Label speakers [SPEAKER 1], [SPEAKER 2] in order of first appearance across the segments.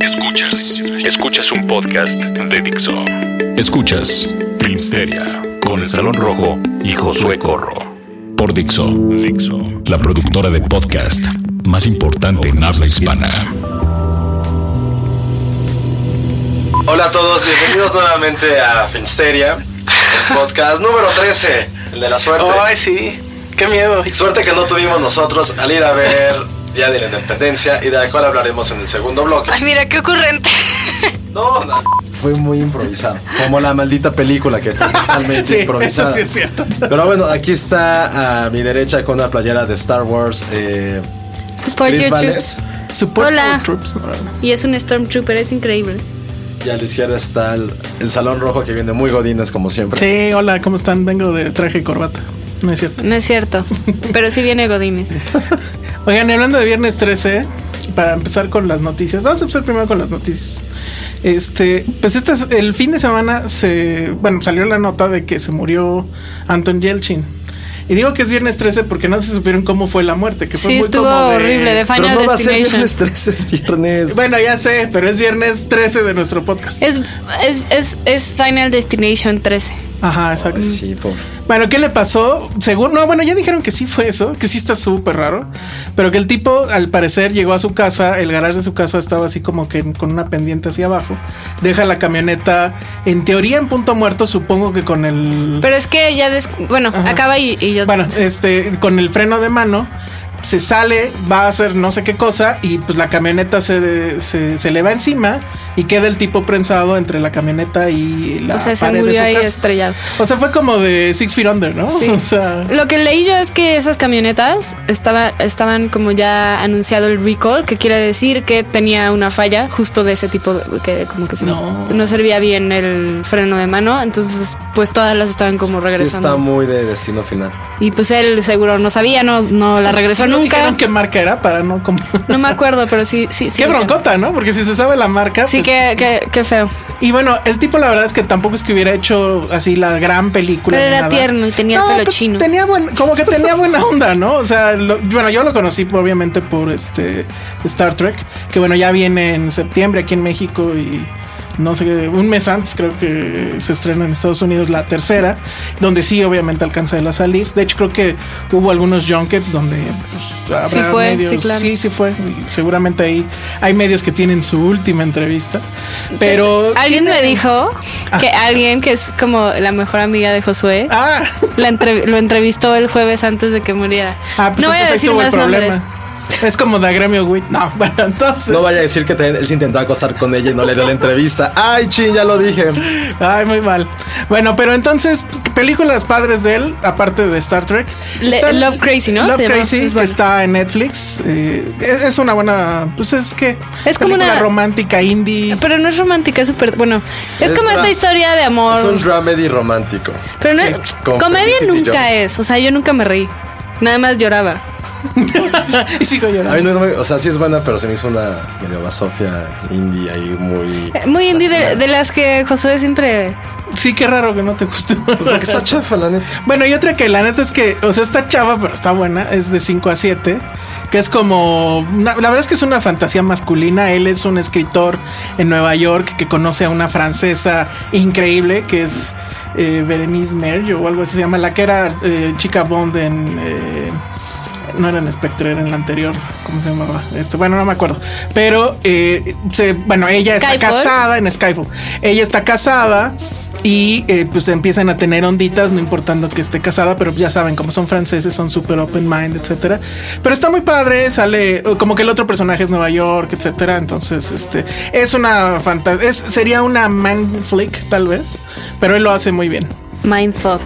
[SPEAKER 1] Escuchas, escuchas un podcast de Dixo. Escuchas Filmsteria con el Salón Rojo y Josué Corro. Por Dixo, Dixo, la productora de podcast más importante en habla hispana.
[SPEAKER 2] Hola a todos, bienvenidos nuevamente a Finsteria, el podcast número 13, el de la suerte.
[SPEAKER 3] Ay, sí. Qué miedo.
[SPEAKER 2] Suerte que no tuvimos nosotros al ir a ver Día de la Independencia y de la cual hablaremos en el segundo bloque.
[SPEAKER 4] Ay, mira, qué ocurrente.
[SPEAKER 2] No, no. Fue muy improvisado, como la maldita película que fue totalmente improvisada.
[SPEAKER 3] eso sí es cierto.
[SPEAKER 2] Pero bueno, aquí está a mi derecha con una playera de Star Wars. Eh,
[SPEAKER 4] Support
[SPEAKER 2] Chris
[SPEAKER 4] your
[SPEAKER 2] Vales.
[SPEAKER 4] troops. Hola.
[SPEAKER 3] all troops.
[SPEAKER 4] Y es un Stormtrooper, es increíble.
[SPEAKER 2] Y a la izquierda está el, el Salón Rojo que viene muy godines como siempre.
[SPEAKER 3] Sí, hola, ¿cómo están? Vengo de traje y corbata. No es cierto.
[SPEAKER 4] No es cierto, pero sí viene Godínez.
[SPEAKER 3] Oigan, y hablando de viernes 13, para empezar con las noticias, vamos a empezar primero con las noticias. Este, pues este es- el fin de semana se, bueno, salió la nota de que se murió Anton Yelchin. Y digo que es viernes 13 porque no se supieron cómo fue la muerte, que fue
[SPEAKER 4] Sí,
[SPEAKER 3] muy
[SPEAKER 4] estuvo
[SPEAKER 3] como de-
[SPEAKER 4] horrible, de
[SPEAKER 2] Pero
[SPEAKER 4] Final
[SPEAKER 2] no va a ser
[SPEAKER 4] Destination.
[SPEAKER 2] viernes 13, es viernes.
[SPEAKER 3] Bueno, ya sé, pero es viernes 13 de nuestro podcast.
[SPEAKER 4] Es, es, es, es Final Destination 13.
[SPEAKER 3] Ajá, exacto.
[SPEAKER 2] Ay, sí, pobre.
[SPEAKER 3] Bueno, ¿qué le pasó? Según, no, bueno, ya dijeron que sí fue eso, que sí está súper raro, pero que el tipo al parecer llegó a su casa, el garage de su casa estaba así como que con una pendiente hacia abajo, deja la camioneta, en teoría en punto muerto, supongo que con el...
[SPEAKER 4] Pero es que ya, des- bueno, acaba y, y yo...
[SPEAKER 3] bueno, este, con el freno de mano, se sale, va a hacer no sé qué cosa y pues la camioneta se, se, se le va encima y queda el tipo prensado entre la camioneta y la...
[SPEAKER 4] o sea, se
[SPEAKER 3] pared de
[SPEAKER 4] murió
[SPEAKER 3] su
[SPEAKER 4] ahí
[SPEAKER 3] casa.
[SPEAKER 4] estrellado.
[SPEAKER 3] O sea, fue como de Six Feet Under, ¿no?
[SPEAKER 4] Sí.
[SPEAKER 3] O sea...
[SPEAKER 4] Lo que leí yo es que esas camionetas estaba, estaban como ya anunciado el recall, que quiere decir que tenía una falla justo de ese tipo, de- que como que se-
[SPEAKER 3] No.
[SPEAKER 4] no. servía bien el freno de mano, entonces pues todas las estaban como
[SPEAKER 2] Sí
[SPEAKER 4] regresando.
[SPEAKER 2] está muy de destino final.
[SPEAKER 4] Y pues él seguro no sabía, no, no la regresó
[SPEAKER 3] No
[SPEAKER 4] nunca.
[SPEAKER 3] dijeron qué marca era para no como
[SPEAKER 4] No me acuerdo, pero sí, sí, sí.
[SPEAKER 3] Qué broncota, ¿no? Porque si se sabe la marca.
[SPEAKER 4] Sí,
[SPEAKER 3] pues-
[SPEAKER 4] qué, qué, qué feo.
[SPEAKER 3] Y bueno, el tipo, la verdad es que tampoco es que hubiera hecho así la gran película.
[SPEAKER 4] Pero
[SPEAKER 3] ni
[SPEAKER 4] era
[SPEAKER 3] nada.
[SPEAKER 4] tierno y tenía el pelo
[SPEAKER 3] pues,
[SPEAKER 4] chino.
[SPEAKER 3] Tenía buen- como que tenía buena onda, ¿no? O sea, lo- bueno, yo lo conocí obviamente por este Star Trek, que bueno, ya viene en septiembre aquí en México y no sé, un mes antes creo que se estrena en Estados Unidos la tercera, donde sí obviamente alcanza él a salir. De hecho, creo que hubo algunos junkets donde pues, habrá
[SPEAKER 4] Sí fue, sí,
[SPEAKER 3] medios.
[SPEAKER 4] claro.
[SPEAKER 3] sí, sí fue. y seguramente ahí hay medios que tienen su última entrevista. Pero.
[SPEAKER 4] Alguien me
[SPEAKER 3] tiene-
[SPEAKER 4] dijo que alguien que es como la mejor amiga de Josué
[SPEAKER 3] Ah,
[SPEAKER 4] la entre- lo entrevistó el jueves antes de que muriera.
[SPEAKER 3] Ah, pues
[SPEAKER 4] no voy a
[SPEAKER 3] entonces ahí
[SPEAKER 4] decir
[SPEAKER 3] tuvo el
[SPEAKER 4] más
[SPEAKER 3] problema.
[SPEAKER 4] nombres.
[SPEAKER 3] Es como de Gremio Wit. No, bueno, entonces.
[SPEAKER 2] No vaya a decir que te- él se intentó acostar con ella y no le dio la entrevista. Ay, chin, ya lo dije.
[SPEAKER 3] Ay, muy mal. Bueno, pero entonces, películas padres de él, aparte de Star Trek.
[SPEAKER 4] Le-
[SPEAKER 3] Está-
[SPEAKER 4] Love Crazy, ¿no?
[SPEAKER 3] Love
[SPEAKER 4] Se llama.
[SPEAKER 3] Crazy,
[SPEAKER 4] Es
[SPEAKER 3] que
[SPEAKER 4] bueno.
[SPEAKER 3] está en Netflix. eh, es, es una buena. Pues es que.
[SPEAKER 4] Es como
[SPEAKER 3] película
[SPEAKER 4] una-
[SPEAKER 3] romántica indie.
[SPEAKER 4] Pero no es romántica, es súper. Bueno, es,
[SPEAKER 2] Es
[SPEAKER 4] como
[SPEAKER 2] una-
[SPEAKER 4] esta historia de amor.
[SPEAKER 2] Es un dramedy romántico.
[SPEAKER 4] Pero no es-
[SPEAKER 2] Sí, con
[SPEAKER 4] comedia
[SPEAKER 2] Felicity
[SPEAKER 4] nunca
[SPEAKER 2] Jones.
[SPEAKER 4] es. O sea, yo nunca me reí. Nada más lloraba.
[SPEAKER 3] y sigo llorando.
[SPEAKER 2] A mí no me- o sea, sí es buena, pero se me hizo una medio basofia indie ahí muy.
[SPEAKER 4] Eh, Muy indie de, de las que Josué siempre.
[SPEAKER 3] Sí, qué raro que no te guste.
[SPEAKER 2] Porque está chafa, la neta.
[SPEAKER 3] Bueno, y otra que la neta es que, o sea, está chava, pero está buena, es de 5 a 7, que es como, una- la verdad es que es una fantasía masculina, él es un escritor en Nueva York que conoce a una francesa increíble, que es eh, Berenice Merge o algo así se llama, la que era eh, chica Bond en... eh, no era en Spectre, era en la anterior. ¿Cómo se llamaba? Este, bueno, no me acuerdo. Pero, eh, se, bueno, ella está
[SPEAKER 4] Skyfall.
[SPEAKER 3] casada en Skyfall. Ella está casada y eh, pues empiezan a tener onditas, no importando que esté casada, pero ya saben, como son franceses, son súper open mind, etcétera. Pero está muy padre, sale eh, como que el otro personaje es Nueva York, etcétera. Entonces, este es una fantasía, sería una man flick, tal vez, pero él lo hace muy bien.
[SPEAKER 4] Mindfuck.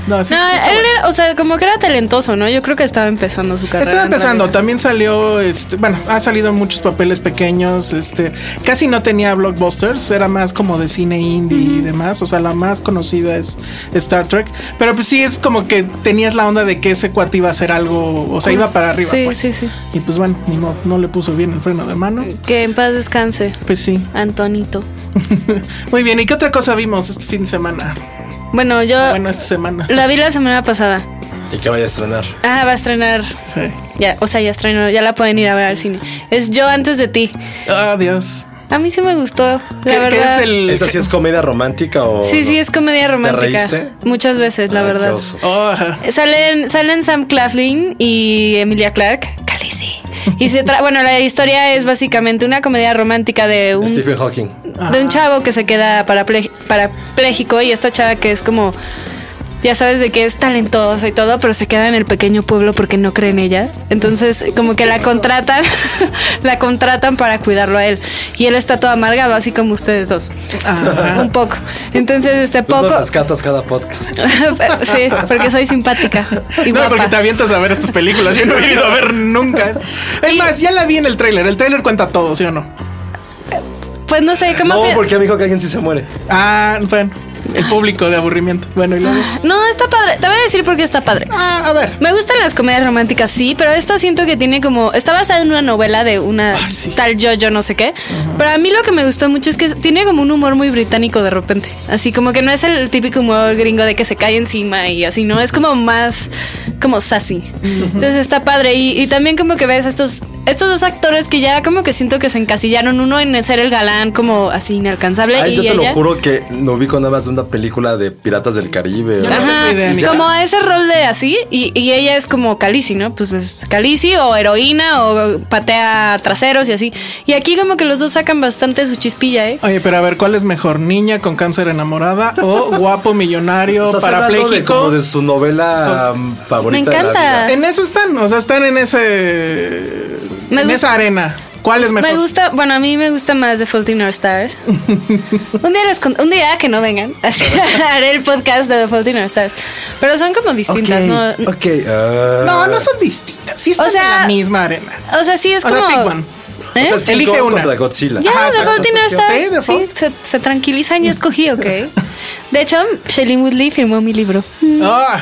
[SPEAKER 3] no, sí,
[SPEAKER 4] no,
[SPEAKER 3] sí está
[SPEAKER 4] él
[SPEAKER 3] bueno.
[SPEAKER 4] era- o sea, como que era talentoso, ¿no? Yo creo que estaba empezando su carrera.
[SPEAKER 3] Estaba
[SPEAKER 4] en
[SPEAKER 3] empezando,
[SPEAKER 4] realidad.
[SPEAKER 3] también salió, este, bueno, ha salido en muchos papeles pequeños, este, casi no tenía blockbusters, era más como de cine indie y demás, o sea, la más conocida es Star Trek, pero pues sí es como que tenías la onda de que ese cuate iba a hacer algo, o sea, iba para arriba.
[SPEAKER 4] Sí,
[SPEAKER 3] pues.
[SPEAKER 4] sí, sí.
[SPEAKER 3] Y pues bueno, ni modo, no le puso bien el freno de mano.
[SPEAKER 4] Que en paz descanse,
[SPEAKER 3] Pues sí,
[SPEAKER 4] Antonito.
[SPEAKER 3] muy bien, ¿y qué otra cosa vimos este fin de semana?
[SPEAKER 4] Bueno, yo
[SPEAKER 3] Ah, Bueno, esta semana.
[SPEAKER 4] la vi la semana pasada.
[SPEAKER 2] Y que vaya a estrenar.
[SPEAKER 4] Ah, va a estrenar.
[SPEAKER 3] Sí.
[SPEAKER 4] Ya, o sea, ya estrenó, ya la pueden ir a ver al cine. Es Yo antes de ti.
[SPEAKER 3] Adiós.
[SPEAKER 4] A mí sí me gustó, la
[SPEAKER 3] ¿Qué- qué
[SPEAKER 4] verdad.
[SPEAKER 3] es el-
[SPEAKER 2] ¿Esa sí es comedia romántica o.?
[SPEAKER 4] Sí, sí, es comedia romántica.
[SPEAKER 2] reíste?
[SPEAKER 4] Muchas veces, la
[SPEAKER 2] Ah, qué
[SPEAKER 4] verdad.
[SPEAKER 2] oso.
[SPEAKER 3] Oh,
[SPEAKER 4] Salen, salen Sam Claflin y Emilia Clark. Calici. Y se tra- bueno, la historia es básicamente una comedia romántica de
[SPEAKER 3] Este
[SPEAKER 4] un,
[SPEAKER 2] Stephen Hawking.
[SPEAKER 4] de un chavo que se queda paraple- parapléjico y esta chava que es como, ya sabes de que es talentosa y todo, pero se queda en el pequeño pueblo porque no cree en ella. Entonces, como que la contratan, la contratan para cuidarlo a él. Y él está todo amargado, así como ustedes dos. Un poco. Entonces, este
[SPEAKER 2] Tú no
[SPEAKER 4] poco.
[SPEAKER 2] rescatas cada podcast.
[SPEAKER 4] sí, porque soy simpática. Y
[SPEAKER 3] no,
[SPEAKER 4] guapa.
[SPEAKER 3] porque te avientas a ver estas películas. Yo no he ido a ver nunca. Es más, ya la vi en el tráiler. El tráiler cuenta todo, ¿sí o no?
[SPEAKER 4] Pues no sé, ¿cómo
[SPEAKER 2] No,
[SPEAKER 4] pi-
[SPEAKER 2] porque me dijo que alguien sí se muere.
[SPEAKER 3] Ah, bueno. El público de aburrimiento. Bueno, y luego.
[SPEAKER 4] No, está padre. Te voy a decir por qué está padre.
[SPEAKER 3] Ah, a ver.
[SPEAKER 4] Me gustan las comedias románticas, sí, pero esta siento que tiene como. Está basada en una novela de una
[SPEAKER 3] Ah, sí.
[SPEAKER 4] tal yo, yo no sé qué. Pero a mí lo que me gustó mucho es que tiene como un humor muy británico de repente. Así como que no es el típico humor gringo de que se cae encima y así, ¿no? Es como más. como sassy. Entonces está padre. Y, y también como que ves a estos. Estos dos actores que ya como que siento que se encasillaron uno en ser el galán como así inalcanzable
[SPEAKER 3] Ah,
[SPEAKER 2] Ay,
[SPEAKER 4] y
[SPEAKER 2] yo te
[SPEAKER 4] ella-
[SPEAKER 2] lo juro que no ubico nada más de una película de Piratas del Caribe. o-
[SPEAKER 3] Ajá. No tengo idea, ni
[SPEAKER 4] Como a ese rol de así, y, y ella es como Calici, ¿no? Pues es Calici o heroína o patea traseros y así. Y aquí como que los dos sacan bastante su chispilla, ¿eh?
[SPEAKER 3] Oye, pero a ver, ¿cuál es mejor? ¿Niña con cáncer enamorada o guapo millonario
[SPEAKER 2] Estás hablando de
[SPEAKER 3] parapléjico?
[SPEAKER 2] como de su novela um, favorita.
[SPEAKER 4] Me encanta.
[SPEAKER 2] de la vida.
[SPEAKER 3] En eso están, o sea, están en ese.
[SPEAKER 4] Me
[SPEAKER 3] en
[SPEAKER 4] gusta-
[SPEAKER 3] esa arena. ¿Cuál es mejor?
[SPEAKER 4] Me gusta, bueno, a mí me gusta más de Fault in Our Stars. un, día les con- un día que no vengan, así, haré el podcast de The Fault in Our Stars. Pero son como distintas, ¿no?
[SPEAKER 2] Ok, ah.
[SPEAKER 3] No, no son distintas. Sí están
[SPEAKER 4] O sea-
[SPEAKER 3] en la misma arena.
[SPEAKER 4] O sea, sí es
[SPEAKER 3] O sea,
[SPEAKER 4] como.
[SPEAKER 3] pick one.
[SPEAKER 4] ¿Eh?
[SPEAKER 2] O sea, es King
[SPEAKER 3] Elige
[SPEAKER 2] Kong
[SPEAKER 3] una.
[SPEAKER 2] contra Godzilla.
[SPEAKER 4] Ya,
[SPEAKER 3] Ajá,
[SPEAKER 4] The
[SPEAKER 3] exacto.
[SPEAKER 4] Fault in Our
[SPEAKER 3] Sí,
[SPEAKER 4] Stars.
[SPEAKER 3] The
[SPEAKER 4] Sí,
[SPEAKER 3] Fault.
[SPEAKER 4] se, se tranquilizan y escogí, ok. De hecho, Shailene Woodley firmó mi libro.
[SPEAKER 3] Ah.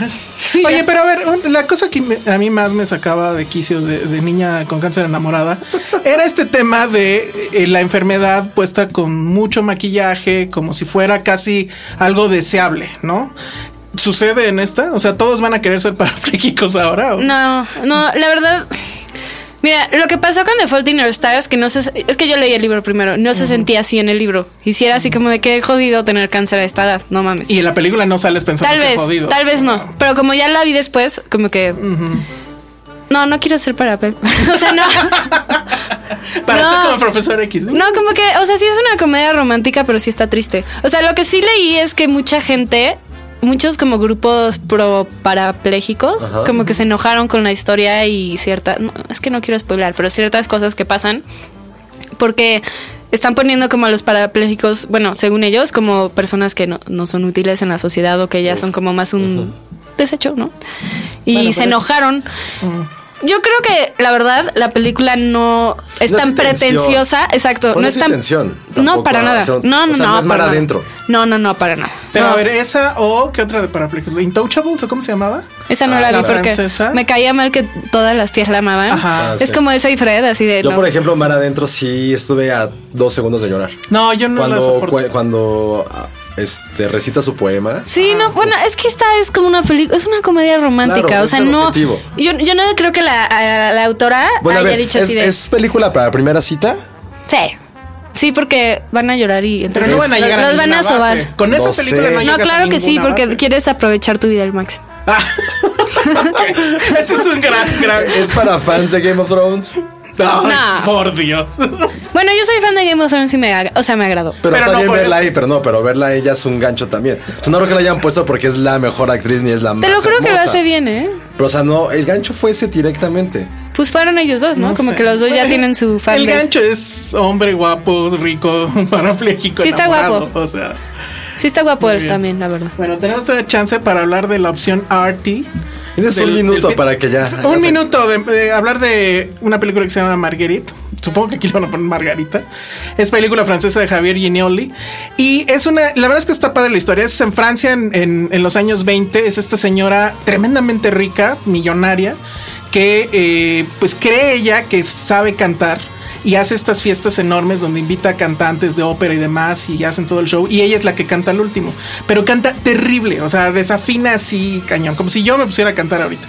[SPEAKER 3] Oye, pero a ver, un- la cosa que me- a mí más me sacaba de quicio de, de niña con cáncer enamorada era este tema de eh, la enfermedad puesta con mucho maquillaje, como si fuera casi algo deseable, ¿no? ¿Sucede en esta? O sea, ¿todos van a querer ser parapléjicos ahora? o-
[SPEAKER 4] No, no, la verdad. Mira, lo que pasó con The Fault in Our Stars, que no se. Es que yo leí el libro primero, no se sentía así en el libro. Hiciera así como de que jodido tener cáncer a esta edad, no mames.
[SPEAKER 3] Y en la película no sales pensando
[SPEAKER 4] tal
[SPEAKER 3] que
[SPEAKER 4] vez,
[SPEAKER 3] jodido.
[SPEAKER 4] tal vez no. Pero como ya la vi después, como que. No, no quiero ser para O sea, no.
[SPEAKER 3] Para
[SPEAKER 4] No.
[SPEAKER 3] ser como profesor X.
[SPEAKER 4] No, como que, o sea, sí es una comedia romántica, pero sí está triste. O sea, lo que sí leí es que mucha gente, muchos como grupos pro parapléjicos,
[SPEAKER 2] Ajá.
[SPEAKER 4] como que se enojaron con la historia y cierta, no, es que no quiero spoiler, pero ciertas cosas que pasan, porque están poniendo como a los parapléjicos, bueno, según ellos, como personas que no, no son útiles en la sociedad o que ya son como más un desecho, ¿no? Y se enojaron.
[SPEAKER 3] Mm.
[SPEAKER 4] Yo creo que la verdad la película no es
[SPEAKER 2] No es
[SPEAKER 4] tan
[SPEAKER 2] intención.
[SPEAKER 4] pretenciosa, exacto,
[SPEAKER 2] Bueno,
[SPEAKER 4] no
[SPEAKER 2] es
[SPEAKER 4] es tan
[SPEAKER 2] intención,
[SPEAKER 4] No,
[SPEAKER 2] tampoco
[SPEAKER 4] para
[SPEAKER 2] a-
[SPEAKER 4] nada.
[SPEAKER 2] o sea,
[SPEAKER 4] no, no,
[SPEAKER 2] o sea,
[SPEAKER 4] no,
[SPEAKER 2] no es mar
[SPEAKER 4] para nada.
[SPEAKER 2] adentro.
[SPEAKER 4] No, no, no, para nada.
[SPEAKER 3] Pero
[SPEAKER 4] No,
[SPEAKER 3] a ver, eh, esa o qué otra de parapléjicos? ¿Intouchables o cómo se llamaba?
[SPEAKER 4] esa no la vi
[SPEAKER 3] la
[SPEAKER 4] porque
[SPEAKER 3] francesa.
[SPEAKER 4] me caía mal que todas las tías la amaban.
[SPEAKER 3] Ajá.
[SPEAKER 2] Ah,
[SPEAKER 4] es
[SPEAKER 2] sí.
[SPEAKER 4] como Elsa y Fred, así de
[SPEAKER 2] Yo,
[SPEAKER 4] no.
[SPEAKER 2] por ejemplo, Mar Adentro sí estuve a dos segundos de llorar.
[SPEAKER 3] No, yo no la
[SPEAKER 2] cuando
[SPEAKER 3] soporto.
[SPEAKER 2] cu- cuando ah, este, recita su poema.
[SPEAKER 4] Sí,
[SPEAKER 3] Ah,
[SPEAKER 4] no, bueno,
[SPEAKER 3] pues.
[SPEAKER 4] es que esta es como una película, es una comedia romántica,
[SPEAKER 2] Claro,
[SPEAKER 4] o sea,
[SPEAKER 2] ese es el
[SPEAKER 4] no, yo,
[SPEAKER 2] objetivo.
[SPEAKER 4] yo no creo que la, a- la autora
[SPEAKER 2] Bueno, a
[SPEAKER 4] haya
[SPEAKER 2] ver,
[SPEAKER 4] dicho
[SPEAKER 2] es,
[SPEAKER 4] así de,
[SPEAKER 2] es película para primera cita?
[SPEAKER 4] sí, sí, porque van a llorar y
[SPEAKER 3] Pero
[SPEAKER 4] entonces
[SPEAKER 3] no van a
[SPEAKER 4] los-
[SPEAKER 3] llegar a
[SPEAKER 4] los van
[SPEAKER 3] ninguna
[SPEAKER 4] a sobar.
[SPEAKER 3] base. Con esa
[SPEAKER 2] No
[SPEAKER 3] película
[SPEAKER 2] sé.
[SPEAKER 3] no
[SPEAKER 2] No,
[SPEAKER 4] No,
[SPEAKER 3] llegas a
[SPEAKER 4] claro que sí,
[SPEAKER 3] ninguna
[SPEAKER 4] porque
[SPEAKER 3] base.
[SPEAKER 4] quieres aprovechar tu vida al máximo.
[SPEAKER 3] Ah. Ese es un gran, gran.
[SPEAKER 2] ¿Es para fans de Game of Thrones?
[SPEAKER 3] No,
[SPEAKER 4] No.
[SPEAKER 3] Por Dios.
[SPEAKER 4] Bueno, yo soy fan de Game of Thrones y me, ag- o sea, me agradó.
[SPEAKER 2] Pero,
[SPEAKER 3] Pero
[SPEAKER 2] está
[SPEAKER 3] no
[SPEAKER 2] bien
[SPEAKER 3] por
[SPEAKER 2] verla
[SPEAKER 3] eso.
[SPEAKER 2] ahí, pero no, pero verla a ella es un gancho también. O sea, no creo que la hayan puesto porque es la mejor actriz ni es la más
[SPEAKER 4] Te lo juro que lo
[SPEAKER 2] hermosa.
[SPEAKER 4] hace bien, ¿eh?
[SPEAKER 2] Pero, o sea, no, el gancho fue ese directamente.
[SPEAKER 4] Pues fueron ellos dos, ¿no?
[SPEAKER 3] No
[SPEAKER 4] Como
[SPEAKER 3] sé.
[SPEAKER 4] que los dos ya tienen su fan
[SPEAKER 3] El gancho es hombre guapo, rico, parapléjico.
[SPEAKER 4] Sí está
[SPEAKER 3] enamorado,
[SPEAKER 4] guapo.
[SPEAKER 3] O sea.
[SPEAKER 4] Sí está guapo
[SPEAKER 3] Muy
[SPEAKER 4] él
[SPEAKER 3] bien.
[SPEAKER 4] también, la verdad.
[SPEAKER 3] Bueno, tenemos una chance para hablar de la opción RT.
[SPEAKER 2] Tienes
[SPEAKER 3] Del-
[SPEAKER 2] un minuto
[SPEAKER 3] del-
[SPEAKER 2] para que ya.
[SPEAKER 3] Un
[SPEAKER 2] hagas-
[SPEAKER 3] minuto de, de hablar de una película que se llama Marguerite. Supongo que aquí le van a poner Margarita. Es película francesa de Javier Gignoli. Y es una. La verdad es que está padre la historia. Es en Francia en, en- en los años 20. Es esta señora tremendamente rica, millonaria, que eh, pues cree ella que sabe cantar. Y hace estas fiestas enormes donde invita a cantantes de ópera y demás y hacen todo el show. Y ella es la que canta al último. Pero canta terrible, o sea, desafina así cañón, como si yo me pusiera a cantar ahorita.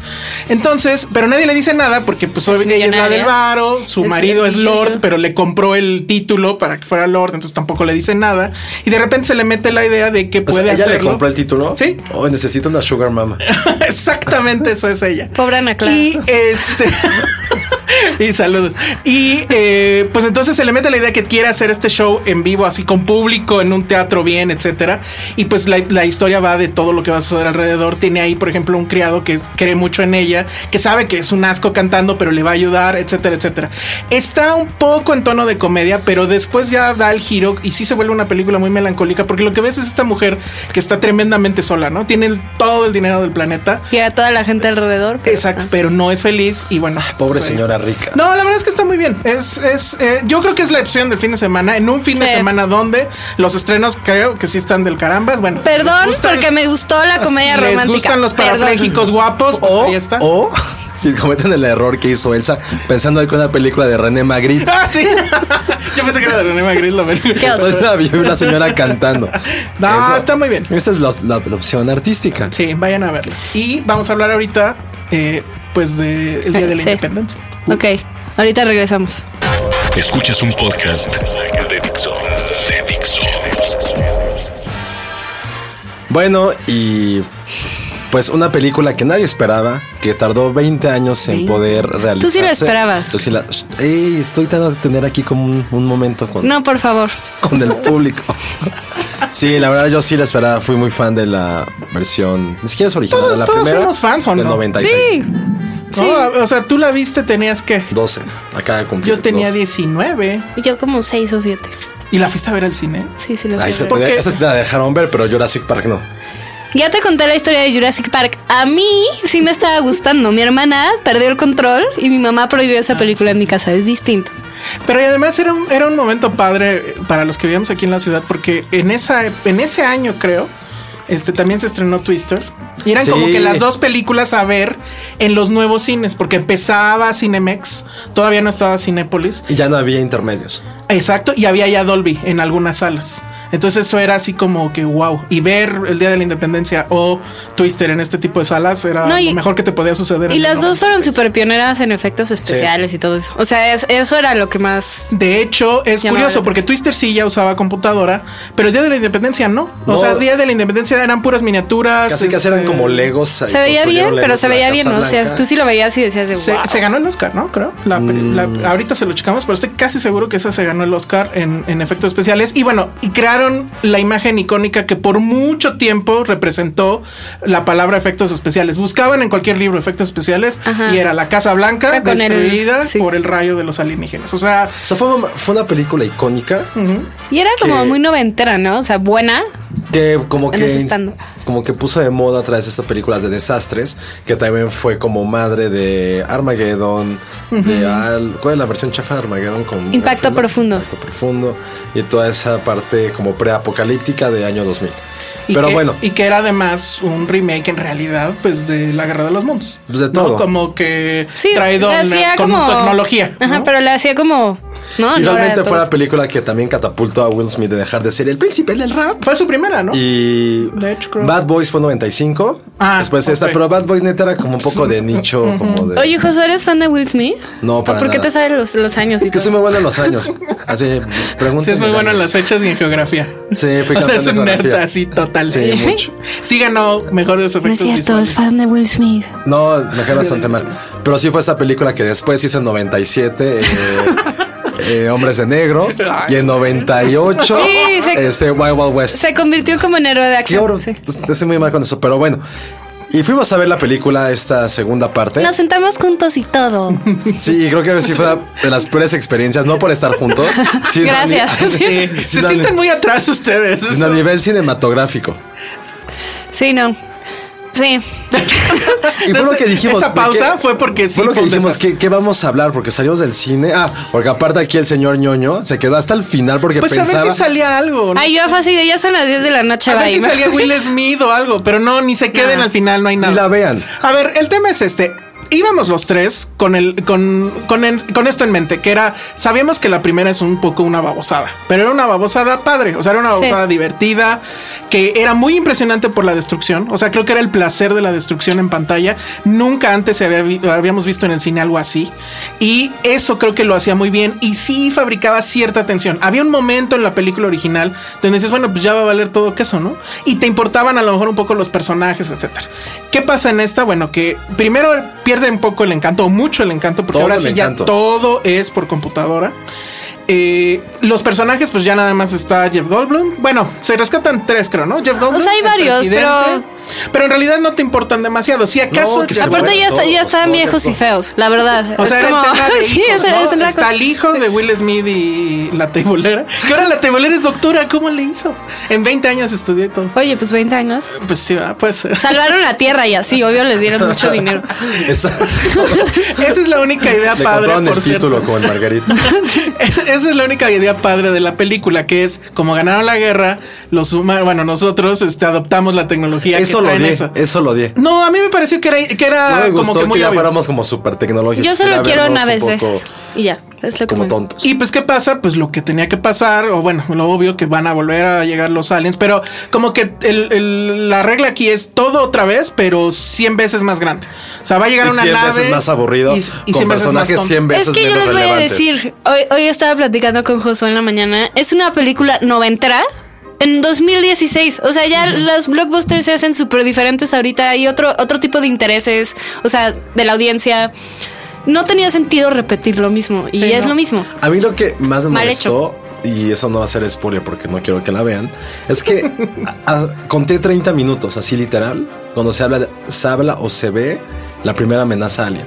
[SPEAKER 3] Entonces, pero nadie le dice nada porque pues
[SPEAKER 4] Es
[SPEAKER 3] ella es la
[SPEAKER 4] millonaria.
[SPEAKER 3] del varo, su
[SPEAKER 4] Es
[SPEAKER 3] marido es
[SPEAKER 4] millonario.
[SPEAKER 3] lord, pero le compró el título para que fuera lord, entonces tampoco le dice nada. Y de repente se le mete la idea de que
[SPEAKER 2] O sea,
[SPEAKER 3] puede
[SPEAKER 2] ella le
[SPEAKER 3] hacerlo.
[SPEAKER 2] compró el título.
[SPEAKER 3] Sí.
[SPEAKER 2] Oh, necesito una Sugar Mama.
[SPEAKER 3] Exactamente eso es ella.
[SPEAKER 4] Pobre Ana Clara.
[SPEAKER 3] Y este. y saludos. Y eh, pues entonces se le mete la idea que quiere hacer este show en vivo, así con público, en un teatro bien, etcétera. Y pues la, la historia va de todo lo que va a suceder alrededor. Tiene ahí, por ejemplo, un criado que cree mucho en ella, que sabe que es un asco cantando, pero le va a ayudar, etcétera, etcétera. Está un poco en tono de comedia, pero después ya da el giro y sí se vuelve una película muy melancólica, porque lo que ves es esta mujer que está tremendamente sola, ¿no? Tiene todo el dinero del planeta.
[SPEAKER 4] Y a toda la gente alrededor. pero-
[SPEAKER 3] Exacto,
[SPEAKER 4] ah.
[SPEAKER 3] pero no es feliz y bueno.
[SPEAKER 2] Pobre
[SPEAKER 3] sí.
[SPEAKER 2] señora rica.
[SPEAKER 3] No, la verdad es que está muy bien. Es, es, eh, yo creo que es la opción del fin de semana. En un fin de
[SPEAKER 4] Sí.
[SPEAKER 3] semana donde los estrenos creo que sí están del carambas. Bueno,
[SPEAKER 4] Perdón,
[SPEAKER 3] les gustan-
[SPEAKER 4] porque me gustó la comedia
[SPEAKER 3] les
[SPEAKER 4] romántica.
[SPEAKER 3] gustan los
[SPEAKER 4] Perdón.
[SPEAKER 3] parapléjicos guapos. pues
[SPEAKER 2] O,
[SPEAKER 3] ahí está.
[SPEAKER 2] o si cometen el error que hizo Elsa pensando que una película de René Magritte.
[SPEAKER 3] Ah, sí. yo pensé que era de René Magritte. la película.
[SPEAKER 4] Qué oso.
[SPEAKER 2] Entonces la vio una señora cantando.
[SPEAKER 3] No,
[SPEAKER 2] Es la-
[SPEAKER 3] está muy bien.
[SPEAKER 2] Esa es la, la- la opción artística.
[SPEAKER 3] Sí, vayan a verla. Y vamos a hablar ahorita, eh, pues, de el Día de la
[SPEAKER 4] Sí.
[SPEAKER 3] Independencia.
[SPEAKER 4] Ok, ahorita regresamos.
[SPEAKER 1] Escuchas un podcast de Dixo. De Dixo.
[SPEAKER 2] Bueno, y pues una película que nadie esperaba, que tardó 20 años en poder realizarse.
[SPEAKER 4] Tú sí la esperabas.
[SPEAKER 2] Yo sí la- Ey, estoy tratando de tener aquí como un, un momento con,
[SPEAKER 4] No, por favor.
[SPEAKER 2] con el público. sí, la verdad yo sí la esperaba. Fui muy fan de la versión, ni siquiera es original,
[SPEAKER 3] Todos-
[SPEAKER 2] de la
[SPEAKER 3] todos
[SPEAKER 2] primera.
[SPEAKER 3] fuimos fans, ¿o
[SPEAKER 2] Del
[SPEAKER 3] no?
[SPEAKER 2] 96.
[SPEAKER 4] Sí. Sí.
[SPEAKER 3] No, o sea, tú la viste, tenías que.
[SPEAKER 2] 12. Acaba de cumplir.
[SPEAKER 3] Yo tenía
[SPEAKER 2] 12.
[SPEAKER 3] 19
[SPEAKER 4] Yo como seis o siete.
[SPEAKER 3] y la fuiste a ver al cine.
[SPEAKER 4] Sí, sí lo
[SPEAKER 2] Ahí
[SPEAKER 4] fui a
[SPEAKER 2] se
[SPEAKER 4] ver.
[SPEAKER 3] Porque-
[SPEAKER 2] esa sí la dejaron ver, pero Jurassic Park no.
[SPEAKER 4] Ya te conté la historia de Jurassic Park. A mí sí me estaba gustando. Mi hermana perdió el control y mi mamá prohibió
[SPEAKER 2] Ah,
[SPEAKER 4] esa película en mi casa. Es distinto.
[SPEAKER 3] Pero y además era un, era un momento padre eh, para los que vivíamos aquí en la ciudad, porque en, esa, en ese año, creo, este también se estrenó Twister. Y eran
[SPEAKER 2] Sí.
[SPEAKER 3] como que las dos películas a ver en los nuevos cines, porque empezaba Cinemex, todavía no estaba Cinépolis.
[SPEAKER 2] Y ya no había intermedios.
[SPEAKER 3] Exacto, y había ya Dolby en algunas salas. Entonces eso era así como que wow. Y ver el Día de la Independencia o Twister en este tipo de salas era
[SPEAKER 4] No, y-
[SPEAKER 3] lo mejor que te podía suceder.
[SPEAKER 4] Y
[SPEAKER 3] en
[SPEAKER 4] las
[SPEAKER 3] el
[SPEAKER 4] dos fueron súper pioneras en efectos especiales y todo eso. O sea, es- eso era lo que más.
[SPEAKER 3] De hecho, es
[SPEAKER 4] Llamaba la
[SPEAKER 3] curioso porque Twister sí ya usaba computadora, pero el Día de la Independencia no.
[SPEAKER 2] No.
[SPEAKER 3] O sea, el Día de la Independencia eran puras miniaturas.
[SPEAKER 2] Casi casi eran
[SPEAKER 3] este,
[SPEAKER 2] como Legos. ahí
[SPEAKER 4] Se veía
[SPEAKER 2] construyeron
[SPEAKER 4] bien, pero
[SPEAKER 2] Legos
[SPEAKER 4] se
[SPEAKER 2] de la
[SPEAKER 4] veía
[SPEAKER 2] Casa
[SPEAKER 4] bien, ¿no? O sea,
[SPEAKER 2] Blanca.
[SPEAKER 4] tú sí lo veías y decías de
[SPEAKER 3] Se,
[SPEAKER 4] wow.
[SPEAKER 3] se ganó el Oscar, ¿no? Creo. La pe-
[SPEAKER 2] Mm.
[SPEAKER 3] la- ahorita se lo checamos, pero estoy casi seguro que esa se ganó el Oscar en, en efectos especiales. Y bueno, y crearon la imagen icónica que por mucho tiempo representó la palabra efectos especiales. Buscaban en cualquier libro efectos especiales
[SPEAKER 4] Ajá.
[SPEAKER 3] y era la Casa Blanca
[SPEAKER 4] Con el-
[SPEAKER 3] destruida
[SPEAKER 4] sí.
[SPEAKER 3] por el rayo de los alienígenas. O sea,
[SPEAKER 2] O sea, fue, fue una película icónica
[SPEAKER 4] Y era como
[SPEAKER 2] que-
[SPEAKER 4] muy noventera, ¿no? O sea, buena.
[SPEAKER 2] que como
[SPEAKER 4] En ese
[SPEAKER 2] que
[SPEAKER 4] stand.
[SPEAKER 2] como que puso de moda otra vez estas películas de desastres, que también fue como madre de Armageddon, de Al- ¿cuál es la versión chafa de Armageddon? Con
[SPEAKER 4] Impacto
[SPEAKER 2] Brad Fuller?
[SPEAKER 4] profundo.
[SPEAKER 2] Impacto profundo y toda esa parte como preapocalíptica de año 2000.
[SPEAKER 3] Y
[SPEAKER 2] Pero
[SPEAKER 3] que-
[SPEAKER 2] bueno,
[SPEAKER 3] Y que era además un remake en realidad, pues de la Guerra de los Mundos.
[SPEAKER 2] Pues, de
[SPEAKER 3] ¿no?
[SPEAKER 2] todo.
[SPEAKER 3] Como que
[SPEAKER 4] Sí,
[SPEAKER 3] traído
[SPEAKER 4] le
[SPEAKER 3] en-
[SPEAKER 4] hacía
[SPEAKER 3] con
[SPEAKER 4] como
[SPEAKER 3] tecnología.
[SPEAKER 4] Ajá,
[SPEAKER 3] ¿no?
[SPEAKER 4] pero le hacía como. No, pues,
[SPEAKER 2] y
[SPEAKER 4] no
[SPEAKER 2] realmente
[SPEAKER 4] era
[SPEAKER 2] fue la
[SPEAKER 4] todo.
[SPEAKER 2] película que también catapultó a Will Smith de dejar de ser el príncipe del rap.
[SPEAKER 3] Fue su primera, ¿no?
[SPEAKER 2] Y
[SPEAKER 3] De hecho, creo-
[SPEAKER 2] Bad Boys fue 95.
[SPEAKER 3] Ah,
[SPEAKER 2] después esta,
[SPEAKER 3] ok.
[SPEAKER 2] pero Bad Boys neta era como un poco de nicho, como de.
[SPEAKER 4] Oye, Josué, ¿eres fan de Will Smith?
[SPEAKER 2] No,
[SPEAKER 4] ¿O
[SPEAKER 2] para
[SPEAKER 4] ¿Por qué
[SPEAKER 2] nada.
[SPEAKER 4] te sabes los, los años? Y
[SPEAKER 2] es que
[SPEAKER 4] todo?
[SPEAKER 2] soy muy bueno en los años. Así, pregúntame.
[SPEAKER 3] Sí, es muy bueno en las fechas y en geografía.
[SPEAKER 2] Sí, fui
[SPEAKER 3] o
[SPEAKER 2] campeón
[SPEAKER 3] sea, es
[SPEAKER 2] de
[SPEAKER 3] un nerd
[SPEAKER 2] geografía.
[SPEAKER 3] así fatal.
[SPEAKER 2] Sí, mucho.
[SPEAKER 3] Sí ganó mejores
[SPEAKER 4] No es
[SPEAKER 3] efectos
[SPEAKER 4] cierto, es
[SPEAKER 3] visuales.
[SPEAKER 4] fan de Will Smith.
[SPEAKER 2] No, me quedé bastante mal. Pero sí fue esta película que después hizo en 97, eh, eh, Hombres de Negro, y en 98,
[SPEAKER 4] Sí, se-
[SPEAKER 2] este, Wild Wild West.
[SPEAKER 4] Se convirtió como en héroe de
[SPEAKER 2] Qué horror.
[SPEAKER 4] acción. sí.
[SPEAKER 3] Pues,
[SPEAKER 2] Estoy muy mal con eso, pero bueno. Y fuimos a ver la película, esta segunda parte.
[SPEAKER 4] Nos sentamos juntos y todo.
[SPEAKER 2] Sí, creo que sí fue la- de las peores experiencias, no por estar juntos. sino a ni-
[SPEAKER 4] Gracias.
[SPEAKER 3] Sí, se
[SPEAKER 2] dale.
[SPEAKER 3] sienten muy atrás ustedes.
[SPEAKER 2] sino a nivel cinematográfico.
[SPEAKER 4] Sí, no. Sí.
[SPEAKER 2] Y fue lo que dijimos.
[SPEAKER 3] Esa
[SPEAKER 2] ¿de
[SPEAKER 3] pausa
[SPEAKER 2] qué-
[SPEAKER 3] fue porque sí.
[SPEAKER 2] Fue lo que
[SPEAKER 3] fue un
[SPEAKER 2] dijimos,
[SPEAKER 3] desastre.
[SPEAKER 2] ¿qué, qué vamos a hablar? Porque salimos del cine. Ah, porque aparte aquí el señor ñoño se quedó hasta el final porque
[SPEAKER 3] Pues
[SPEAKER 2] pensaba.
[SPEAKER 3] a ver si salía algo. ¿no?
[SPEAKER 4] Ay, yo fácil de ya son las 10 de la noche.
[SPEAKER 3] a ver
[SPEAKER 4] bye.
[SPEAKER 3] si salía Will Smith o algo, pero no, ni se queden al final, no hay nada.
[SPEAKER 2] Ni la vean.
[SPEAKER 3] A ver, el tema es este. Íbamos los tres con el con, con, en- con esto en mente, que era, sabíamos que la primera es un poco una babosada, pero era una babosada padre, o sea, era una
[SPEAKER 4] Sí.
[SPEAKER 3] babosada divertida, que era muy impresionante por la destrucción, o sea, creo que era el placer de la destrucción en pantalla, nunca antes se había vi- habíamos visto en el cine algo así, y eso creo que lo hacía muy bien, y sí fabricaba cierta tensión. Había un momento en la película original donde dices, bueno, pues ya va a valer todo queso, ¿no? Y te importaban a lo mejor un poco los personajes, etcétera. ¿Qué pasa en esta? Bueno, que primero pierde un poco el encanto, o mucho el encanto, porque
[SPEAKER 2] Todo
[SPEAKER 3] ahora
[SPEAKER 2] el
[SPEAKER 3] sí ya
[SPEAKER 2] encanto.
[SPEAKER 3] todo es por computadora. Eh, los personajes, pues ya nada más está Jeff Goldblum. Bueno, se rescatan tres, creo, ¿no? Jeff Goldblum.
[SPEAKER 4] sea, hay
[SPEAKER 3] el
[SPEAKER 4] varios,
[SPEAKER 3] presidente,
[SPEAKER 4] pero-
[SPEAKER 3] pero en realidad no te importan demasiado. Si acaso.
[SPEAKER 2] No, que se
[SPEAKER 3] Jeff-
[SPEAKER 4] Aparte ya, está- ya
[SPEAKER 2] Todos,
[SPEAKER 4] están
[SPEAKER 2] todos,
[SPEAKER 4] viejos y
[SPEAKER 2] todos.
[SPEAKER 4] feos, la verdad.
[SPEAKER 3] o sea,
[SPEAKER 4] es
[SPEAKER 3] era el
[SPEAKER 4] como...
[SPEAKER 3] tema de
[SPEAKER 4] sí,
[SPEAKER 3] hijos,
[SPEAKER 4] esa-
[SPEAKER 3] ¿no?
[SPEAKER 4] esa es la
[SPEAKER 3] Está
[SPEAKER 4] cosa.
[SPEAKER 3] el hijo de Will Smith y la teibolera. Que ahora la teibolera es doctora. ¿Cómo le hizo? En 20 años estudió y todo.
[SPEAKER 4] Oye, pues 20 años.
[SPEAKER 3] Pues sí, ¿verdad? puede ser.
[SPEAKER 4] Salvaron la tierra y así, obvio les dieron mucho dinero.
[SPEAKER 2] Exacto.
[SPEAKER 3] Esa es la única idea
[SPEAKER 2] Le
[SPEAKER 3] padre,
[SPEAKER 2] compraron
[SPEAKER 3] por
[SPEAKER 2] el
[SPEAKER 3] cierto.
[SPEAKER 2] título con Margarita.
[SPEAKER 3] Esa es la única idea padre de la película, que es como ganaron la guerra, los humanos, bueno, nosotros este, adoptamos la tecnología. que
[SPEAKER 2] eso lo
[SPEAKER 3] traen
[SPEAKER 2] odié.
[SPEAKER 3] esa.
[SPEAKER 2] Eso lo odié.
[SPEAKER 3] No, a mí me pareció que era, que
[SPEAKER 2] No
[SPEAKER 3] era
[SPEAKER 2] me
[SPEAKER 3] como
[SPEAKER 2] gustó
[SPEAKER 3] que
[SPEAKER 2] que,
[SPEAKER 3] muy
[SPEAKER 2] ya
[SPEAKER 3] obvio.
[SPEAKER 2] fuéramos como súper
[SPEAKER 3] Pues,
[SPEAKER 2] tecnológicos.
[SPEAKER 4] Yo solo
[SPEAKER 2] Era
[SPEAKER 4] quiero
[SPEAKER 2] vernos
[SPEAKER 4] naves
[SPEAKER 2] un
[SPEAKER 4] de
[SPEAKER 2] poco
[SPEAKER 4] esas. Y ya, es lo que
[SPEAKER 2] Como
[SPEAKER 4] me-
[SPEAKER 2] tontos.
[SPEAKER 3] Y pues, ¿qué pasa? Pues lo que tenía que pasar, o bueno, lo obvio que van a volver a llegar los aliens, pero como que el- el- la regla aquí es todo otra vez, pero 100 veces más grande. O sea, va a llegar
[SPEAKER 2] Y
[SPEAKER 3] una
[SPEAKER 2] 100
[SPEAKER 3] nave.
[SPEAKER 2] veces más aburrido.
[SPEAKER 3] y- y
[SPEAKER 2] con
[SPEAKER 3] 100 veces más
[SPEAKER 2] personajes
[SPEAKER 3] tonto.
[SPEAKER 2] 100 veces
[SPEAKER 4] Es que yo
[SPEAKER 2] menos
[SPEAKER 4] les voy a
[SPEAKER 2] relevantes.
[SPEAKER 4] decir, hoy, hoy estaba platicando con Josué en la mañana, es una película noventera en 2016, o sea, ya los blockbusters se hacen súper diferentes ahorita, hay otro, otro tipo de intereses, o sea, de la audiencia. No tenía sentido repetir lo mismo y
[SPEAKER 3] Sí,
[SPEAKER 4] es
[SPEAKER 3] no.
[SPEAKER 4] lo mismo.
[SPEAKER 2] A mí lo que más me
[SPEAKER 4] Mal
[SPEAKER 2] molestó, y eso no va a ser spoiler porque no quiero que la vean, es que a- a- conté 30 minutos, así literal, cuando se habla, de- se habla o se ve la primera amenaza alien.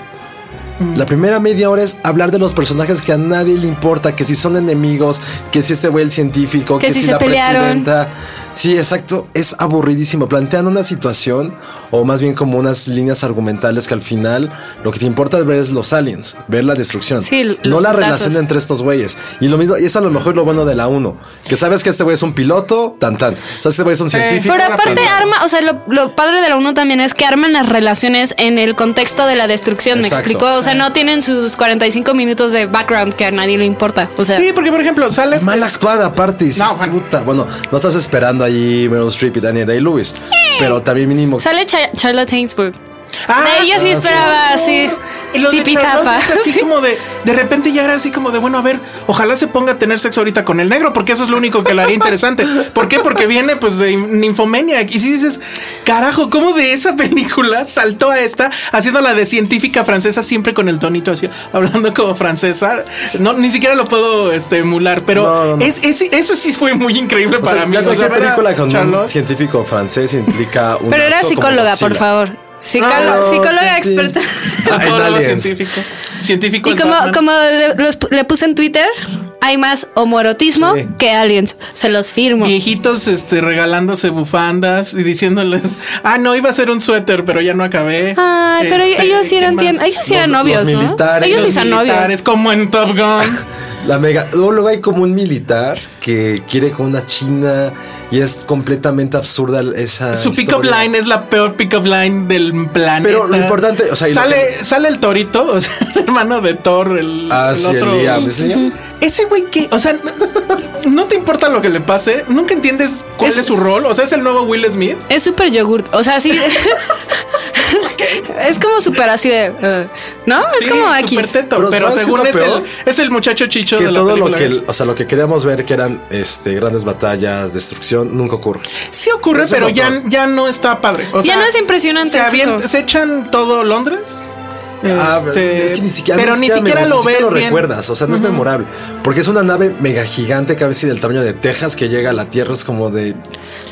[SPEAKER 2] La primera media hora es hablar de los personajes que a nadie le importa, que si son enemigos, que si este güey el científico, que,
[SPEAKER 4] Que si
[SPEAKER 2] si,
[SPEAKER 4] se
[SPEAKER 2] la
[SPEAKER 4] pelearon.
[SPEAKER 2] presidenta. Sí, exacto, es aburridísimo. Plantean una situación o más bien como unas líneas argumentales que al final lo que te importa ver es los aliens, ver la destrucción.
[SPEAKER 4] Sí, l-
[SPEAKER 2] no
[SPEAKER 4] los
[SPEAKER 2] la
[SPEAKER 4] putazos.
[SPEAKER 2] relación entre estos güeyes. Y lo mismo, y es a lo mejor lo bueno de la 1, que sabes que este güey es un piloto, tan tan. O sea, este güey es un científico.
[SPEAKER 4] Pero
[SPEAKER 3] una
[SPEAKER 4] aparte
[SPEAKER 3] película.
[SPEAKER 4] arma, o sea, lo, lo padre de la uno también es que arman las relaciones en el contexto de la destrucción,
[SPEAKER 2] Exacto.
[SPEAKER 4] ¿me explico? O sea, no tienen sus 45 minutos de background que a nadie le importa. O sea,
[SPEAKER 3] Sí, porque por ejemplo, sale.
[SPEAKER 2] Mal actuada aparte, dices,
[SPEAKER 3] No, bueno.
[SPEAKER 2] puta, bueno, no estás esperando ahí Meryl Streep y Daniel Day-Lewis, pero también mínimo
[SPEAKER 4] sale Cha- Charlotte Hainsburg.
[SPEAKER 3] Ah,
[SPEAKER 4] de ella sí
[SPEAKER 2] sí.
[SPEAKER 4] esperaba así.
[SPEAKER 3] Y los de
[SPEAKER 4] Pipi
[SPEAKER 3] Charlotte
[SPEAKER 4] tapa.
[SPEAKER 3] es así como de de repente ya era así como de bueno a ver ojalá se ponga a tener sexo ahorita con el negro porque eso es lo único que le haría interesante ¿por qué? porque viene pues de ninfomania y si dices carajo cómo de esa película saltó a esta haciéndola de científica francesa siempre con el tonito así hablando como francesa no ni siquiera lo puedo este emular pero
[SPEAKER 2] No, no, no.
[SPEAKER 3] es, es- eso sí fue muy increíble
[SPEAKER 2] O sea,
[SPEAKER 3] para mí
[SPEAKER 2] ya
[SPEAKER 3] O sea,
[SPEAKER 2] cualquier
[SPEAKER 3] ver a
[SPEAKER 2] película con un
[SPEAKER 3] Charlotte-
[SPEAKER 2] científico francés implica un
[SPEAKER 4] Pero era
[SPEAKER 2] asco como
[SPEAKER 4] psicóloga, por
[SPEAKER 2] Godzilla.
[SPEAKER 4] favor. Psicóloga,
[SPEAKER 2] Ah, no,
[SPEAKER 4] psicóloga
[SPEAKER 2] sentí-
[SPEAKER 4] experta.
[SPEAKER 2] Ah, en
[SPEAKER 3] Todo lo
[SPEAKER 2] Aliens.
[SPEAKER 3] científico científico
[SPEAKER 4] Y
[SPEAKER 3] es
[SPEAKER 4] como,
[SPEAKER 3] Batman.
[SPEAKER 4] como le, los- le puse en Twitter, hay más homorotismo
[SPEAKER 2] Sí.
[SPEAKER 4] que aliens. Se los firmo.
[SPEAKER 3] Viejitos este, regalándose bufandas y diciéndoles, ah, no, iba a ser un suéter, pero ya no acabé.
[SPEAKER 4] Ay, pero
[SPEAKER 3] Este,
[SPEAKER 4] ellos sí
[SPEAKER 3] ¿qué
[SPEAKER 4] eran,
[SPEAKER 3] más?
[SPEAKER 4] tien- ellos sí
[SPEAKER 2] Los-
[SPEAKER 4] eran
[SPEAKER 2] los
[SPEAKER 4] novios, ¿no?
[SPEAKER 2] militares,
[SPEAKER 4] Ellos sí
[SPEAKER 3] Los
[SPEAKER 4] son novios.
[SPEAKER 3] militares, como en Top Gun.
[SPEAKER 2] La mega. Luego hay como un militar que quiere con una china y es completamente absurda esa.
[SPEAKER 3] Su pick-up
[SPEAKER 2] Ah, historia.
[SPEAKER 3] line es la peor pick-up line del planeta.
[SPEAKER 2] Pero lo importante, o sea, y lo
[SPEAKER 3] sale, sale el torito, o sea, el hermano de Thor, el,
[SPEAKER 2] Ah,
[SPEAKER 3] el
[SPEAKER 2] sí,
[SPEAKER 3] otro.
[SPEAKER 2] el Liam. ¿es Liam?
[SPEAKER 3] Ese güey que, o sea, no te importa lo que le pase, nunca entiendes cuál es,
[SPEAKER 4] Es-
[SPEAKER 3] su rol, o sea, es el nuevo Will Smith.
[SPEAKER 4] Es súper yogurt. O sea, sí. Es como súper así de. eh, ¿No? Es
[SPEAKER 3] Sí,
[SPEAKER 4] como
[SPEAKER 3] súper
[SPEAKER 4] aquí.
[SPEAKER 3] teto,
[SPEAKER 2] Pero
[SPEAKER 3] pero,
[SPEAKER 2] ¿sabes qué es
[SPEAKER 3] según
[SPEAKER 2] lo
[SPEAKER 3] es el,
[SPEAKER 2] peor?
[SPEAKER 3] es el muchacho chicho
[SPEAKER 2] Que
[SPEAKER 3] de la
[SPEAKER 2] todo lo
[SPEAKER 3] película.
[SPEAKER 2] que, o sea, lo que queríamos ver que eran este, grandes batallas, destrucción, nunca ocurre.
[SPEAKER 3] Sí ocurre,
[SPEAKER 2] Eso
[SPEAKER 3] pero
[SPEAKER 2] no
[SPEAKER 3] ya,
[SPEAKER 2] ocurre.
[SPEAKER 3] ya no está padre. O
[SPEAKER 4] Ya no es impresionante
[SPEAKER 3] Se, avien-
[SPEAKER 4] eso.
[SPEAKER 3] se echan todo Londres.
[SPEAKER 2] Ah,
[SPEAKER 3] Este,
[SPEAKER 2] es que ni siquiera,
[SPEAKER 3] pero ni siquiera
[SPEAKER 2] me-
[SPEAKER 3] lo
[SPEAKER 2] ni siquiera
[SPEAKER 3] ves
[SPEAKER 2] lo
[SPEAKER 3] bien.
[SPEAKER 2] recuerdas, o sea, no es memorable. Porque es una nave mega gigante, casi del tamaño de Texas, que llega a la Tierra, es como de...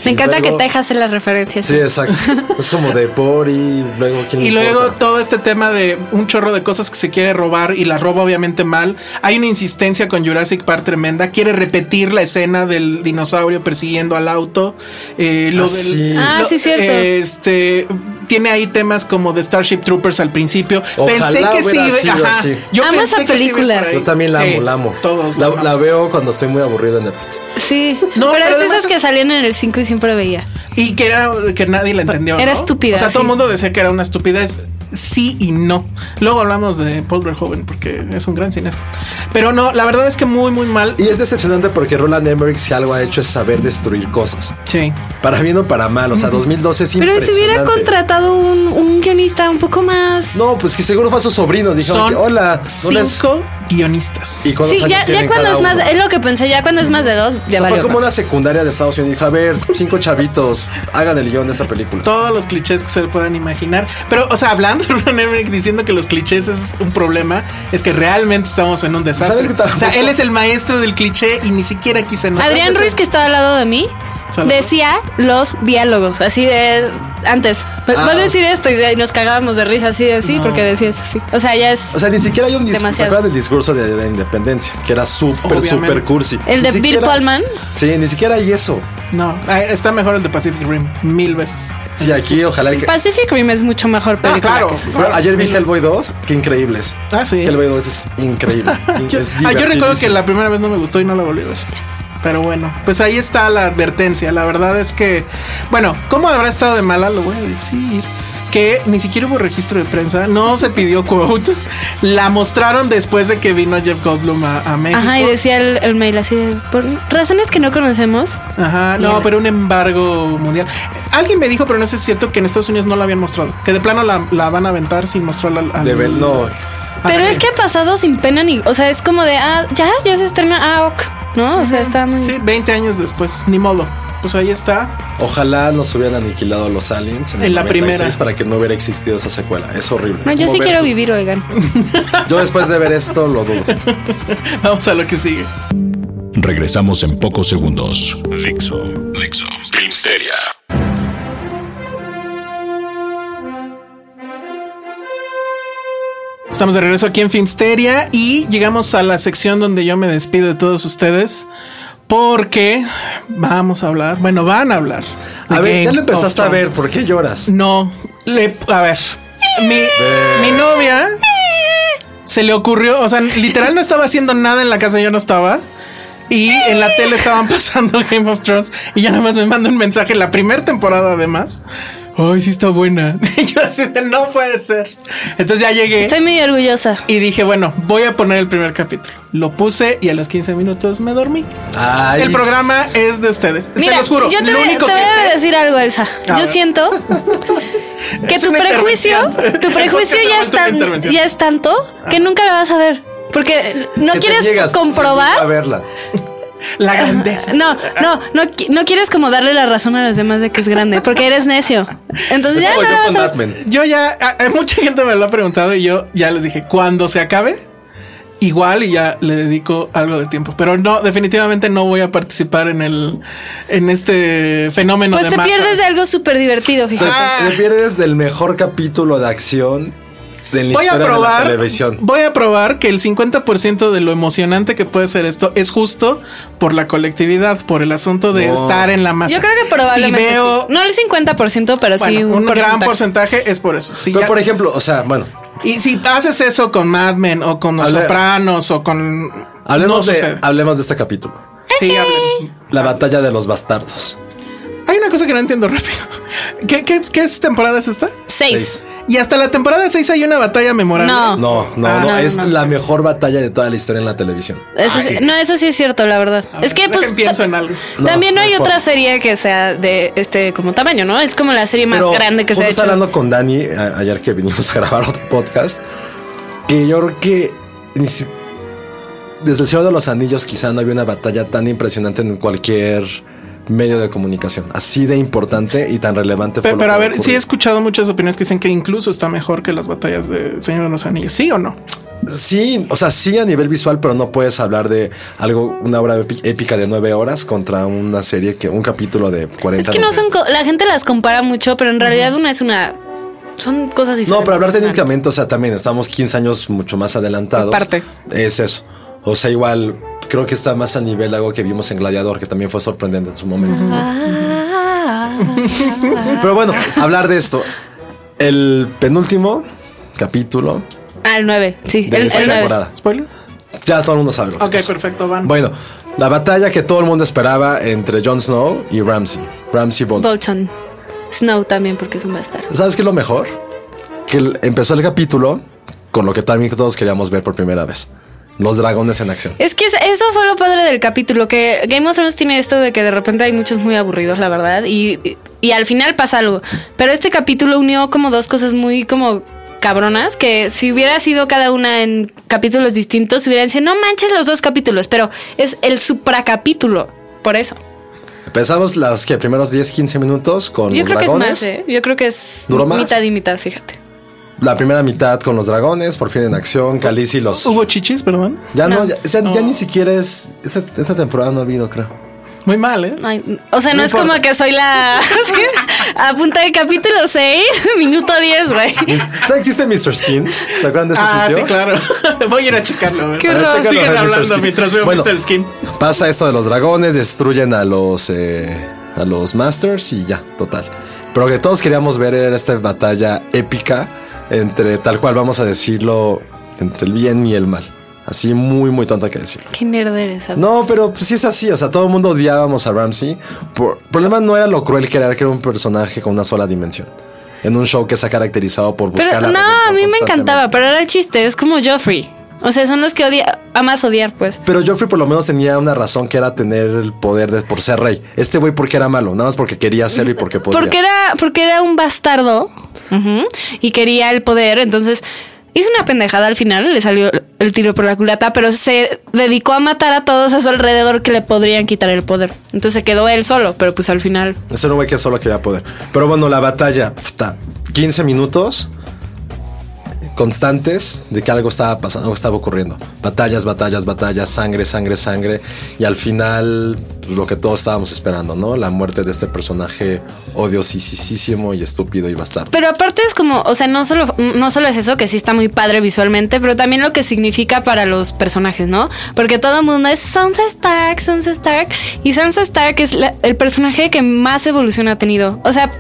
[SPEAKER 4] Me
[SPEAKER 2] y
[SPEAKER 4] encanta
[SPEAKER 2] luego-
[SPEAKER 4] que Texas en las referencias.
[SPEAKER 2] Sí, exacto. es como de por y luego... ¿quién
[SPEAKER 3] Y
[SPEAKER 2] le
[SPEAKER 3] luego
[SPEAKER 2] importa?
[SPEAKER 3] todo este tema de un chorro de cosas que se quiere robar y la roba obviamente mal. Hay una insistencia con Jurassic Park tremenda. Quiere repetir la escena del dinosaurio persiguiendo al auto. Eh, lo
[SPEAKER 2] Ah,
[SPEAKER 3] del-
[SPEAKER 2] sí.
[SPEAKER 4] Ah,
[SPEAKER 3] lo-
[SPEAKER 4] sí, cierto.
[SPEAKER 2] eh,
[SPEAKER 3] Este tiene ahí temas como de Starship Troopers al principio.
[SPEAKER 2] Ojalá
[SPEAKER 3] pensé que sí.
[SPEAKER 2] hubiera
[SPEAKER 3] iba-
[SPEAKER 2] sido
[SPEAKER 3] ajá.
[SPEAKER 2] así.
[SPEAKER 3] Yo
[SPEAKER 4] Amo
[SPEAKER 3] pensé
[SPEAKER 4] esa
[SPEAKER 3] que sí iba
[SPEAKER 4] película.
[SPEAKER 3] por ahí.
[SPEAKER 2] Yo también la
[SPEAKER 3] Sí,
[SPEAKER 2] amo, la amo.
[SPEAKER 3] Todos
[SPEAKER 2] la,
[SPEAKER 3] amamos.
[SPEAKER 2] la veo cuando estoy muy aburrido en Netflix.
[SPEAKER 4] Sí.
[SPEAKER 3] No,
[SPEAKER 4] pero,
[SPEAKER 3] pero
[SPEAKER 4] es de esas
[SPEAKER 3] además-
[SPEAKER 4] que salían en el 5 y siempre veía.
[SPEAKER 3] Y que era que nadie la entendió.
[SPEAKER 4] Era
[SPEAKER 3] ¿no?
[SPEAKER 4] estúpida,
[SPEAKER 3] O sea, todo
[SPEAKER 4] sí.
[SPEAKER 3] el mundo decía que era una estupidez. Sí y no. Luego hablamos de Paul Verhoeven porque es un gran cineasta. Pero no, la verdad es que muy, muy mal.
[SPEAKER 2] Y es decepcionante porque Roland Emmerich si algo ha hecho es saber destruir cosas.
[SPEAKER 3] Sí.
[SPEAKER 2] Para bien o para mal, o sea, 2012 es
[SPEAKER 4] Pero si
[SPEAKER 2] impresionante.
[SPEAKER 4] hubiera contratado un, un guionista un poco más.
[SPEAKER 2] No, pues que seguro fue a sus sobrinos. Dijeron
[SPEAKER 3] Son
[SPEAKER 2] que, hola, ¿dónde es?"
[SPEAKER 3] cinco guionistas.
[SPEAKER 2] ¿Y cuántos
[SPEAKER 4] Sí,
[SPEAKER 2] años
[SPEAKER 4] ya, ya
[SPEAKER 2] tienen
[SPEAKER 4] cuando
[SPEAKER 2] cada
[SPEAKER 4] es más,
[SPEAKER 2] uno?
[SPEAKER 4] es lo que pensé, ya cuando es más de dos, ya
[SPEAKER 2] O sea, fue
[SPEAKER 4] valió.
[SPEAKER 2] como
[SPEAKER 4] ¿no?
[SPEAKER 2] una secundaria de Estados Unidos. Dijo, a ver, cinco chavitos, hagan el guión de esta película.
[SPEAKER 3] todos los clichés que se puedan imaginar. Pero, o sea, hablando de Ron Emmerich diciendo que los clichés es un problema, es que realmente estamos en un desastre.
[SPEAKER 2] ¿Sabes qué tampoco?
[SPEAKER 3] o sea, él es el maestro del cliché y ni siquiera aquí se nota.
[SPEAKER 4] Adrián
[SPEAKER 3] Entonces,
[SPEAKER 4] Ruiz, que estaba al lado de mí,
[SPEAKER 3] Saludos.
[SPEAKER 4] decía los diálogos, así de antes. Pues,
[SPEAKER 2] Ah.
[SPEAKER 4] vas a decir esto y de- nos cagábamos de risa, así de sí,
[SPEAKER 3] No.
[SPEAKER 4] porque decías así. O sea, ya es.
[SPEAKER 2] O sea, ni siquiera hay un discurso. ¿Se
[SPEAKER 4] Demasiado.
[SPEAKER 2] acuerdan del discurso de la independencia? Que era súper,
[SPEAKER 3] Obviamente.
[SPEAKER 2] súper cursi.
[SPEAKER 4] El
[SPEAKER 2] Ni
[SPEAKER 4] de Bill
[SPEAKER 2] siquiera-
[SPEAKER 4] Pullman.
[SPEAKER 2] Sí, ni siquiera hay eso.
[SPEAKER 3] No, ah, está mejor el de Pacific Rim, mil veces.
[SPEAKER 2] Sí, aquí ojalá. que-
[SPEAKER 4] Pacific Rim es mucho
[SPEAKER 2] Ah,
[SPEAKER 4] mejor película.
[SPEAKER 3] claro.
[SPEAKER 4] que este. esta.
[SPEAKER 2] Bueno, ayer vi
[SPEAKER 3] Mil
[SPEAKER 2] Hellboy 2, qué increíbles.
[SPEAKER 3] Ah, sí.
[SPEAKER 2] Hellboy 2 es increíble.
[SPEAKER 3] Yo,
[SPEAKER 2] Es
[SPEAKER 3] ah, yo recuerdo que
[SPEAKER 2] divertidísimo.
[SPEAKER 3] la primera vez no me gustó y no la volví a ver. Pero bueno, pues ahí está la advertencia. La verdad es que, bueno, ¿cómo habrá estado de mala? Lo voy a decir. Que ni siquiera hubo registro de prensa, no se pidió quote. La mostraron después de que vino Jeff Goldblum a, a México.
[SPEAKER 4] Ajá, y decía el, el mail así de. Por razones que no conocemos.
[SPEAKER 3] Ajá, no,
[SPEAKER 4] Mierda.
[SPEAKER 3] pero un embargo mundial. Alguien me dijo, pero no sé si es cierto, que en Estados Unidos no la habían mostrado. Que de plano la, la van a aventar sin mostrarla al. al-
[SPEAKER 2] De ver, no.
[SPEAKER 4] Pero es que ha pasado sin pena ni. O sea, es como de. Ah, ya, ya se estrena. Ah, ok. ¿No? O sea, está muy.
[SPEAKER 3] Sí, 20 años después, ni modo. Pues ahí está.
[SPEAKER 2] Ojalá nos hubieran aniquilado los aliens en, el
[SPEAKER 3] En la
[SPEAKER 2] 96
[SPEAKER 3] primera.
[SPEAKER 2] para que no hubiera existido esa secuela. Es horrible.
[SPEAKER 4] No,
[SPEAKER 2] Es
[SPEAKER 4] yo
[SPEAKER 2] como
[SPEAKER 4] sí
[SPEAKER 2] ver-
[SPEAKER 4] quiero vivir, oigan.
[SPEAKER 2] Yo después de ver esto lo dudo.
[SPEAKER 3] Vamos a lo que sigue.
[SPEAKER 1] Regresamos en pocos segundos. Dixo. Dixo. Filmsteria.
[SPEAKER 3] Estamos de regreso aquí en Filmsteria y llegamos a la sección donde yo me despido de todos ustedes porque vamos a hablar, bueno, van a hablar. de
[SPEAKER 2] A ver,
[SPEAKER 3] Game
[SPEAKER 2] ya lo empezaste
[SPEAKER 3] of
[SPEAKER 2] a ver.
[SPEAKER 3] Thrones.
[SPEAKER 2] ¿Por qué lloras?
[SPEAKER 3] No, le, a ver, mi, mi novia se le ocurrió, o sea, literal no estaba haciendo nada en la casa, yo no estaba. Y en la tele estaban pasando Game of Thrones y ya nada más me manda un mensaje, la primera temporada además. Ay, sí está buena. Y yo así de, no puede ser. Entonces ya llegué.
[SPEAKER 4] Estoy muy orgullosa.
[SPEAKER 3] Y dije, bueno, voy a poner el primer capítulo. Lo puse y a los 15 minutos me dormí.
[SPEAKER 2] Ay,
[SPEAKER 3] el programa es de ustedes.
[SPEAKER 4] Mira,
[SPEAKER 3] Se los juro.
[SPEAKER 4] yo te,
[SPEAKER 3] lo
[SPEAKER 4] voy,
[SPEAKER 3] único
[SPEAKER 4] te
[SPEAKER 3] que
[SPEAKER 4] voy a
[SPEAKER 3] sé-
[SPEAKER 4] decir algo, Elsa.
[SPEAKER 3] A
[SPEAKER 4] yo
[SPEAKER 3] ver.
[SPEAKER 4] siento que
[SPEAKER 3] Es
[SPEAKER 4] tu
[SPEAKER 3] una
[SPEAKER 4] prejuicio,
[SPEAKER 3] intervención.
[SPEAKER 4] tu prejuicio ya es,
[SPEAKER 3] Porque se me hizo
[SPEAKER 4] tan-
[SPEAKER 3] una intervención. Ah.
[SPEAKER 4] ya es tanto que nunca la vas a ver. Porque no
[SPEAKER 2] que te
[SPEAKER 4] quieres
[SPEAKER 2] niegas A
[SPEAKER 4] comprobar.
[SPEAKER 2] verla.
[SPEAKER 3] La grandeza.
[SPEAKER 4] No, no, no, qui- no quieres como darle la razón a los demás de que es grande, porque eres necio. Entonces
[SPEAKER 2] Es
[SPEAKER 4] ya
[SPEAKER 2] como
[SPEAKER 4] no la
[SPEAKER 2] yo
[SPEAKER 4] vas
[SPEAKER 2] con
[SPEAKER 4] a ver.
[SPEAKER 2] Batman.
[SPEAKER 3] Pues Yo ya, a- a mucha gente me lo ha preguntado y yo ya les dije, cuando se acabe, igual y ya le dedico algo de tiempo. Pero no, definitivamente no voy a participar en el, en este fenómeno.
[SPEAKER 4] Pues
[SPEAKER 3] de
[SPEAKER 4] te
[SPEAKER 3] Marvel.
[SPEAKER 4] pierdes de algo súper divertido,
[SPEAKER 2] Te,
[SPEAKER 4] jefe.
[SPEAKER 3] Ah,
[SPEAKER 2] te pierdes del mejor capítulo de acción de la
[SPEAKER 3] Voy a
[SPEAKER 2] historia de
[SPEAKER 3] probar,
[SPEAKER 2] la televisión.
[SPEAKER 3] voy a probar que el 50% de lo emocionante que puede ser esto es justo por la colectividad, por el asunto de
[SPEAKER 2] No.
[SPEAKER 3] estar en la masa.
[SPEAKER 4] Yo creo que probablemente.
[SPEAKER 3] Si veo
[SPEAKER 4] sí. No el 50%, pero sí
[SPEAKER 3] bueno,
[SPEAKER 4] un,
[SPEAKER 3] un, gran
[SPEAKER 4] porcentaje.
[SPEAKER 3] porcentaje es por eso. Si
[SPEAKER 2] Pero
[SPEAKER 3] ya-
[SPEAKER 2] por ejemplo, o sea, bueno,
[SPEAKER 3] y si haces eso con Mad Men o con Los
[SPEAKER 2] Hable-
[SPEAKER 3] Sopranos o con
[SPEAKER 2] hablemos,
[SPEAKER 3] no
[SPEAKER 2] de,
[SPEAKER 3] sucede. Ah.
[SPEAKER 2] hablemos de este capítulo.
[SPEAKER 3] Sí, hablen.
[SPEAKER 2] La batalla de los bastardos.
[SPEAKER 3] Hay una cosa que no entiendo rápido. ¿Qué, qué, qué es temporada es esta?
[SPEAKER 4] Seis.
[SPEAKER 3] Y hasta la temporada 6 hay una batalla memorable.
[SPEAKER 4] No.
[SPEAKER 2] No, no,
[SPEAKER 3] Ah,
[SPEAKER 2] no,
[SPEAKER 4] no,
[SPEAKER 2] es
[SPEAKER 4] no.
[SPEAKER 2] la mejor batalla de toda la historia en la televisión.
[SPEAKER 4] Eso sí- No, eso sí es cierto, la verdad.
[SPEAKER 3] A ver,
[SPEAKER 4] es que
[SPEAKER 3] dejen
[SPEAKER 4] pues.
[SPEAKER 3] pienso
[SPEAKER 4] ta-
[SPEAKER 3] en algo.
[SPEAKER 2] No,
[SPEAKER 4] también no hay
[SPEAKER 2] no
[SPEAKER 4] otra
[SPEAKER 2] puedo.
[SPEAKER 4] serie que sea de este como tamaño, ¿no? Es como la serie más
[SPEAKER 2] Pero
[SPEAKER 4] grande que se ha
[SPEAKER 2] justo
[SPEAKER 4] hecho.
[SPEAKER 2] estaba hablando con Dani a- ayer que vinimos a grabar otro podcast, que yo creo que ni si- desde el Señor de los Anillos quizá no había una batalla tan impresionante en cualquier medio de comunicación, así de importante y tan relevante. fue
[SPEAKER 3] Pe-
[SPEAKER 2] lo
[SPEAKER 3] Pero,
[SPEAKER 2] que
[SPEAKER 3] a ver, sí he
[SPEAKER 2] ocurrió.
[SPEAKER 3] escuchado muchas opiniones que dicen que incluso está mejor que las batallas de Señor de los Anillos. ¿Sí o no?
[SPEAKER 2] Sí, o sea, sí a nivel visual, pero no puedes hablar de algo, una obra epi- épica de nueve horas contra una serie que un capítulo de 40
[SPEAKER 4] Es que no
[SPEAKER 2] minutos.
[SPEAKER 4] son. co- La gente las compara mucho, pero en realidad una es una. Son cosas diferentes.
[SPEAKER 2] No, pero hablar técnicamente, o sea, también estamos 15 años mucho más adelantados.
[SPEAKER 4] Aparte.
[SPEAKER 2] Es eso. O sea, igual creo que está más a nivel de algo que vimos en Gladiador, que también fue sorprendente en su momento.
[SPEAKER 4] Ah.
[SPEAKER 2] Pero bueno, hablar de esto. El penúltimo capítulo
[SPEAKER 4] Ah, el 9. Sí,
[SPEAKER 2] de
[SPEAKER 4] el,
[SPEAKER 2] esta
[SPEAKER 4] el 9.
[SPEAKER 2] temporada.
[SPEAKER 3] ¿Spoiler?
[SPEAKER 2] Ya todo el mundo sabe. lo que
[SPEAKER 3] Ok,
[SPEAKER 2] pasó.
[SPEAKER 3] perfecto, van.
[SPEAKER 2] Bueno, la batalla que todo el mundo esperaba entre Jon Snow y Ramsey. Ramsey Bolton.
[SPEAKER 4] Bolton. Snow también, porque es un bastardo.
[SPEAKER 2] ¿Sabes qué es lo mejor? Que el- empezó el capítulo con lo que también todos queríamos ver por primera vez. Los dragones en acción.
[SPEAKER 4] Es que es- eso fue lo padre del capítulo, que Game of Thrones tiene esto de que de repente hay muchos muy aburridos, la verdad, y, y- y al final pasa algo. Pero este capítulo unió como dos cosas muy como cabronas, que si hubiera sido cada una en capítulos distintos, hubieran dicho, no manches los dos capítulos, pero es el supracapítulo, por eso.
[SPEAKER 2] Empezamos los que primeros 10, 15 minutos con
[SPEAKER 4] Yo
[SPEAKER 2] los
[SPEAKER 4] creo
[SPEAKER 2] dragones.
[SPEAKER 4] que es más, ¿eh? Yo creo que es
[SPEAKER 2] ¿Duró más?
[SPEAKER 4] mitad y mitad, fíjate.
[SPEAKER 2] La primera mitad con los dragones, por fin en acción, Khaleesi y los.
[SPEAKER 3] Hubo chichis, perdón.
[SPEAKER 2] Ya no,
[SPEAKER 4] Uh, No.
[SPEAKER 2] ya, ya- ya ni siquiera es. Esta, esta temporada no ha habido, creo.
[SPEAKER 3] Muy mal, ¿eh?
[SPEAKER 4] Ay, o sea, no,
[SPEAKER 3] No
[SPEAKER 4] es
[SPEAKER 3] importa.
[SPEAKER 4] como que soy la... a punta de capítulo 6, minuto 10, güey.
[SPEAKER 2] No existe Mr. Skin. ¿Se acuerdan de ese
[SPEAKER 3] Ah,
[SPEAKER 2] sitio?
[SPEAKER 3] sí, claro. Voy a ir a checarlo. a ver.
[SPEAKER 4] Qué
[SPEAKER 3] A ver,
[SPEAKER 4] horror.
[SPEAKER 2] Chécalo,
[SPEAKER 3] chécalo, Siguen
[SPEAKER 2] Mr.
[SPEAKER 3] hablando
[SPEAKER 2] Skin.
[SPEAKER 3] mientras veo
[SPEAKER 2] Bueno.
[SPEAKER 3] Mr. Skin.
[SPEAKER 2] Pasa esto de los dragones, destruyen a los eh, a los masters y ya, total. Pero lo que todos queríamos ver era esta batalla épica entre tal cual vamos a decirlo entre el bien y el mal. Así muy muy tonta que decirlo.
[SPEAKER 4] Qué nerd eres, ¿sabes?
[SPEAKER 2] No, pero pues, sí es así, o sea, todo el mundo odiábamos a Ramsey. Por, el problema no era lo cruel que era, que era un personaje con una sola dimensión. En un show que se ha caracterizado por buscar
[SPEAKER 4] Pero
[SPEAKER 2] la
[SPEAKER 4] no,
[SPEAKER 2] redención
[SPEAKER 4] a mí me
[SPEAKER 2] constantemente.
[SPEAKER 4] encantaba, pero era el chiste, es como Joffrey. O sea, son los que odia, amas odiar, pues.
[SPEAKER 2] Pero Joffrey por lo menos tenía una razón que era tener el poder de, por ser rey. Este güey porque era malo, nada más porque quería serlo y porque podía.
[SPEAKER 4] Porque era, porque era un bastardo ujú, y quería el poder, entonces hizo una pendejada al final, le salió el tiro por la culata, pero se dedicó a matar a todos a su alrededor que le podrían quitar el poder. Entonces se quedó él solo, pero pues al final...
[SPEAKER 2] Ese era un güey que solo quería poder. Pero bueno, la batalla, puta, 15 minutos constantes de que algo estaba pasando, algo estaba ocurriendo. Batallas, batallas, batallas, sangre, sangre, sangre. Y al final, pues, lo que todos estábamos esperando, ¿no? La muerte de este personaje odiosísimo y estúpido y bastardo.
[SPEAKER 4] Pero aparte es como, o sea, no solo, no solo es eso, que sí está muy padre visualmente, pero también lo que significa para los personajes, ¿no? Porque todo el mundo es Sansa Stark, Sansa Stark, y Sansa Stark es la- el personaje que más evolución ha tenido. O sea,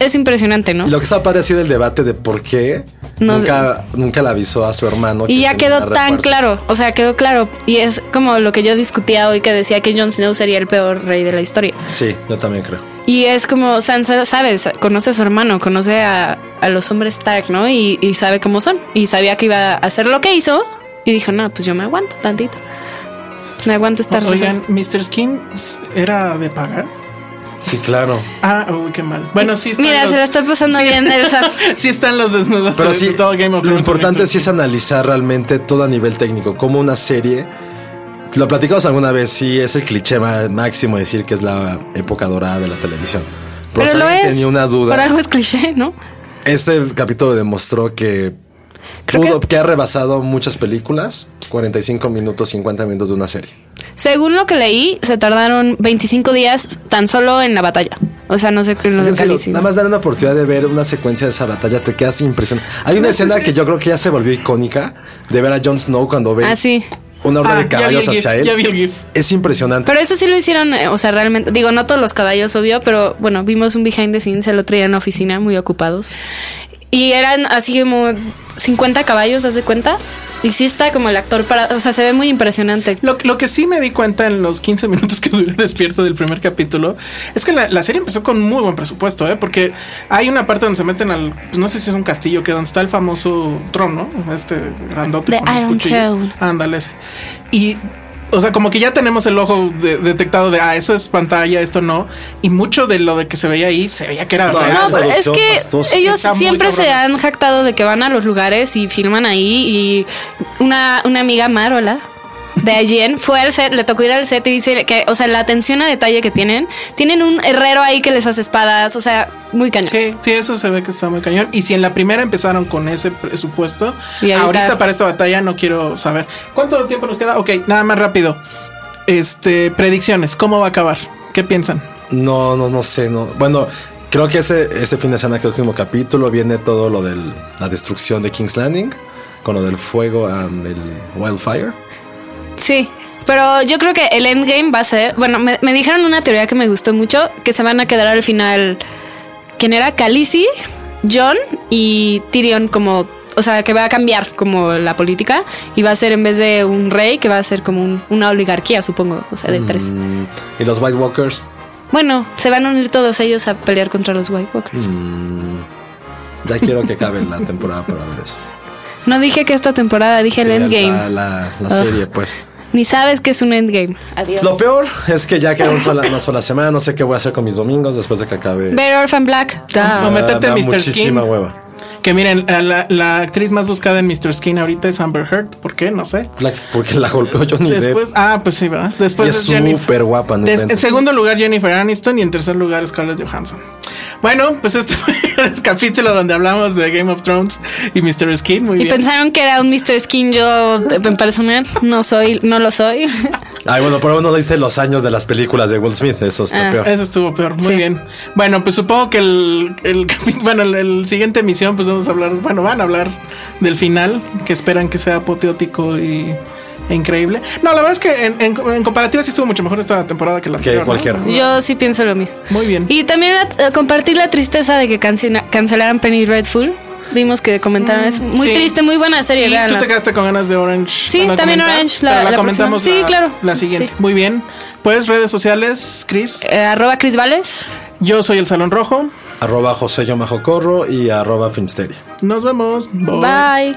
[SPEAKER 4] es impresionante, ¿no?
[SPEAKER 2] Y lo que estaba padre ha sido el debate de por qué
[SPEAKER 4] No-
[SPEAKER 2] nunca, nunca le avisó a su hermano.
[SPEAKER 4] Y
[SPEAKER 2] que
[SPEAKER 4] ya
[SPEAKER 2] tenía
[SPEAKER 4] quedó
[SPEAKER 2] refuerzo.
[SPEAKER 4] tan claro, o sea, quedó claro. Y es como lo que yo discutía hoy, que decía que Jon Snow sería el peor rey de la historia.
[SPEAKER 2] Sí, yo también creo.
[SPEAKER 4] Y es como Sansa, sabes, conoce a su hermano, conoce a, a los hombres Stark, ¿no? Y, y sabe cómo son. Y sabía que iba a hacer lo que hizo. Y dijo, no, pues yo me aguanto tantito. Me aguanto esta
[SPEAKER 3] Oigan, Mr. Skin s- era de pagar.
[SPEAKER 2] Sí, claro.
[SPEAKER 3] Ah, uy, qué mal. Bueno, sí. están
[SPEAKER 4] Mira,
[SPEAKER 3] los-
[SPEAKER 4] se la está pasando
[SPEAKER 3] sí.
[SPEAKER 4] bien, Elsa.
[SPEAKER 3] sí están los desnudos.
[SPEAKER 2] Pero
[SPEAKER 3] de
[SPEAKER 2] sí,
[SPEAKER 3] todo Game of
[SPEAKER 2] lo
[SPEAKER 3] Thrones
[SPEAKER 2] importante
[SPEAKER 3] en
[SPEAKER 2] sí es
[SPEAKER 3] Mr.
[SPEAKER 2] analizar realmente todo a nivel técnico, como una serie. Lo platicamos alguna vez, sí, es el cliché ma- máximo decir que es la época dorada de la televisión. Pero,
[SPEAKER 4] Pero
[SPEAKER 2] si
[SPEAKER 4] lo
[SPEAKER 2] alguien
[SPEAKER 4] es.
[SPEAKER 2] tenía una
[SPEAKER 4] Por
[SPEAKER 2] duda.
[SPEAKER 4] algo es cliché, ¿no?
[SPEAKER 2] Este capítulo demostró que,
[SPEAKER 4] Creo
[SPEAKER 2] pudo-
[SPEAKER 4] que-
[SPEAKER 2] que ha rebasado muchas películas, 45 minutos, 50 minutos de una serie.
[SPEAKER 4] Según lo que leí, se tardaron 25 días tan solo en la batalla. O sea, no sé qué es lo
[SPEAKER 2] Es
[SPEAKER 4] de
[SPEAKER 2] en serio,
[SPEAKER 4] Khaleesi.
[SPEAKER 2] nada más dar una oportunidad de ver una secuencia de esa batalla te quedas impresionado. Hay una escena que yo creo que ya se volvió icónica de ver a Jon Snow cuando ve
[SPEAKER 4] Ah, sí.
[SPEAKER 2] una horda
[SPEAKER 3] Ah,
[SPEAKER 2] de
[SPEAKER 3] ya vi el
[SPEAKER 2] caballos
[SPEAKER 3] GIF,
[SPEAKER 2] hacia él.
[SPEAKER 3] ya vi el GIF.
[SPEAKER 2] Es impresionante.
[SPEAKER 4] Pero eso sí lo hicieron, eh, o sea, realmente, digo, no todos los caballos, obvio, pero bueno, vimos un behind the scenes el otro día en la oficina, muy ocupados. Y eran así como 50 caballos, ¿haz de cuenta? Y sí está como el actor para, o sea, se ve muy impresionante.
[SPEAKER 3] Lo, lo que sí me di cuenta en los 15 minutos que duré despierto del primer capítulo es que la, la serie empezó con muy buen presupuesto, ¿eh? porque hay una parte donde se meten al, pues no sé si es un castillo, que donde está el famoso trono, este grandote
[SPEAKER 4] The
[SPEAKER 3] con los
[SPEAKER 4] Iron
[SPEAKER 3] cuchillos.
[SPEAKER 4] Throne.
[SPEAKER 3] Ándale. ese. Y, o sea, como que ya tenemos el ojo de- detectado de, ah, eso es pantalla, esto no. Y mucho de lo de que se veía ahí se veía que era
[SPEAKER 2] No,
[SPEAKER 3] real.
[SPEAKER 4] No, pero es
[SPEAKER 2] producción
[SPEAKER 4] que
[SPEAKER 2] pastosa.
[SPEAKER 4] ellos
[SPEAKER 3] Está muy
[SPEAKER 4] siempre se
[SPEAKER 3] cabrona.
[SPEAKER 4] han jactado de que van a los lugares y filman ahí. Y una, una amiga Marola de IGN fue al set, le tocó ir al set y dice que, o sea, la atención a detalle que tienen, tienen un herrero ahí que les hace espadas, o sea, muy cañón.
[SPEAKER 3] Sí, sí, eso se ve que está muy cañón. Y si en la primera empezaron con ese presupuesto,
[SPEAKER 4] Y
[SPEAKER 3] ahorita,
[SPEAKER 4] ahorita-
[SPEAKER 3] para esta batalla no quiero saber. ¿Cuánto tiempo nos queda? Ok, nada más rápido. Este, predicciones, ¿cómo va a acabar? ¿Qué piensan?
[SPEAKER 2] No, no, no sé. No. Bueno, creo que ese, ese fin de semana, que es el último capítulo, viene todo lo de la destrucción de King's Landing, con lo del fuego, um, el wildfire.
[SPEAKER 4] Sí, pero yo creo que el endgame va a ser. Bueno, me, me dijeron una teoría que me gustó mucho: que se van a quedar al final. ¿Quién era? Khaleesi, John y Tyrion, como. O sea, que va a cambiar como la política y va a ser en vez de un rey, que va a ser como un- una oligarquía, supongo, o sea, de tres.
[SPEAKER 2] Mm, y los White Walkers,
[SPEAKER 4] Bueno, se van a unir todos ellos a pelear contra los White Walkers.
[SPEAKER 2] ya quiero que acabe la temporada para ver eso.
[SPEAKER 4] No dije que esta temporada, dije el
[SPEAKER 2] La,
[SPEAKER 4] endgame.
[SPEAKER 2] la- la
[SPEAKER 4] Ugh.
[SPEAKER 2] serie, pues.
[SPEAKER 4] Ni sabes que es un endgame. Adiós.
[SPEAKER 2] Lo peor es que ya queda un sola- una sola semana, no sé qué voy a hacer con mis domingos después de que acabe. Ah,
[SPEAKER 4] Better Orphan Black. Duh.
[SPEAKER 3] No, meterte
[SPEAKER 2] me da
[SPEAKER 3] Mr.
[SPEAKER 2] muchísima
[SPEAKER 3] Skin.
[SPEAKER 2] hueva.
[SPEAKER 3] Que miren, a la, la actriz más buscada en Mr. Skin ahorita es Amber Heard. ¿Por qué? No sé.
[SPEAKER 2] La- porque la golpeó Johnny
[SPEAKER 3] Después, ah, pues sí, ¿verdad? Después
[SPEAKER 2] Y es
[SPEAKER 3] Jennifer-
[SPEAKER 2] súper guapa, no
[SPEAKER 3] Des- en
[SPEAKER 2] inventes.
[SPEAKER 3] segundo lugar, Jennifer Aniston y en tercer lugar, Scarlett Johansson. Bueno, pues este fue el capítulo donde hablamos de Game of Thrones y Mr. Skin. Muy
[SPEAKER 4] Y
[SPEAKER 3] bien.
[SPEAKER 4] pensaron que era un Mr. Skin yo en persona. No soy, no lo soy.
[SPEAKER 2] Depp. Ay, bueno, por lo menos no dice los años de las películas de Will Smith, eso está
[SPEAKER 4] Ah.
[SPEAKER 2] peor.
[SPEAKER 3] Eso estuvo peor. Muy
[SPEAKER 4] Sí.
[SPEAKER 3] bien. Bueno, pues supongo que el, el capi- bueno, el, el siguiente emisión, pues vamos a hablar, bueno, van a hablar del final, que esperan que sea apoteótico y e increíble. No, la verdad es que en, en- en comparativa sí estuvo mucho mejor esta temporada que la
[SPEAKER 2] Que
[SPEAKER 3] anterior, ¿no?
[SPEAKER 2] cualquiera.
[SPEAKER 4] Yo sí pienso lo mismo.
[SPEAKER 3] Muy bien.
[SPEAKER 4] Y también la- eh, compartir la tristeza de que cancena- cancelaran Penny Redful. Vimos que comentaron eso. Muy
[SPEAKER 3] sí.
[SPEAKER 4] triste, muy buena serie.
[SPEAKER 3] Y tú
[SPEAKER 4] véanla.
[SPEAKER 3] te quedaste con ganas de Orange.
[SPEAKER 4] Sí,
[SPEAKER 3] van a
[SPEAKER 4] también Orange, la-
[SPEAKER 3] pero
[SPEAKER 4] la
[SPEAKER 3] comentamos
[SPEAKER 4] próxima. Sí,
[SPEAKER 3] la,
[SPEAKER 4] claro.
[SPEAKER 3] la siguiente.
[SPEAKER 4] Sí.
[SPEAKER 3] Muy bien. Pues redes sociales, Chris.
[SPEAKER 4] Eh, arroba Chris Vales.
[SPEAKER 3] Yo soy el Salón Rojo.
[SPEAKER 2] Arroba José Yo Majo Corro y arroba Filmsteria.
[SPEAKER 3] Nos vemos.
[SPEAKER 4] Bye.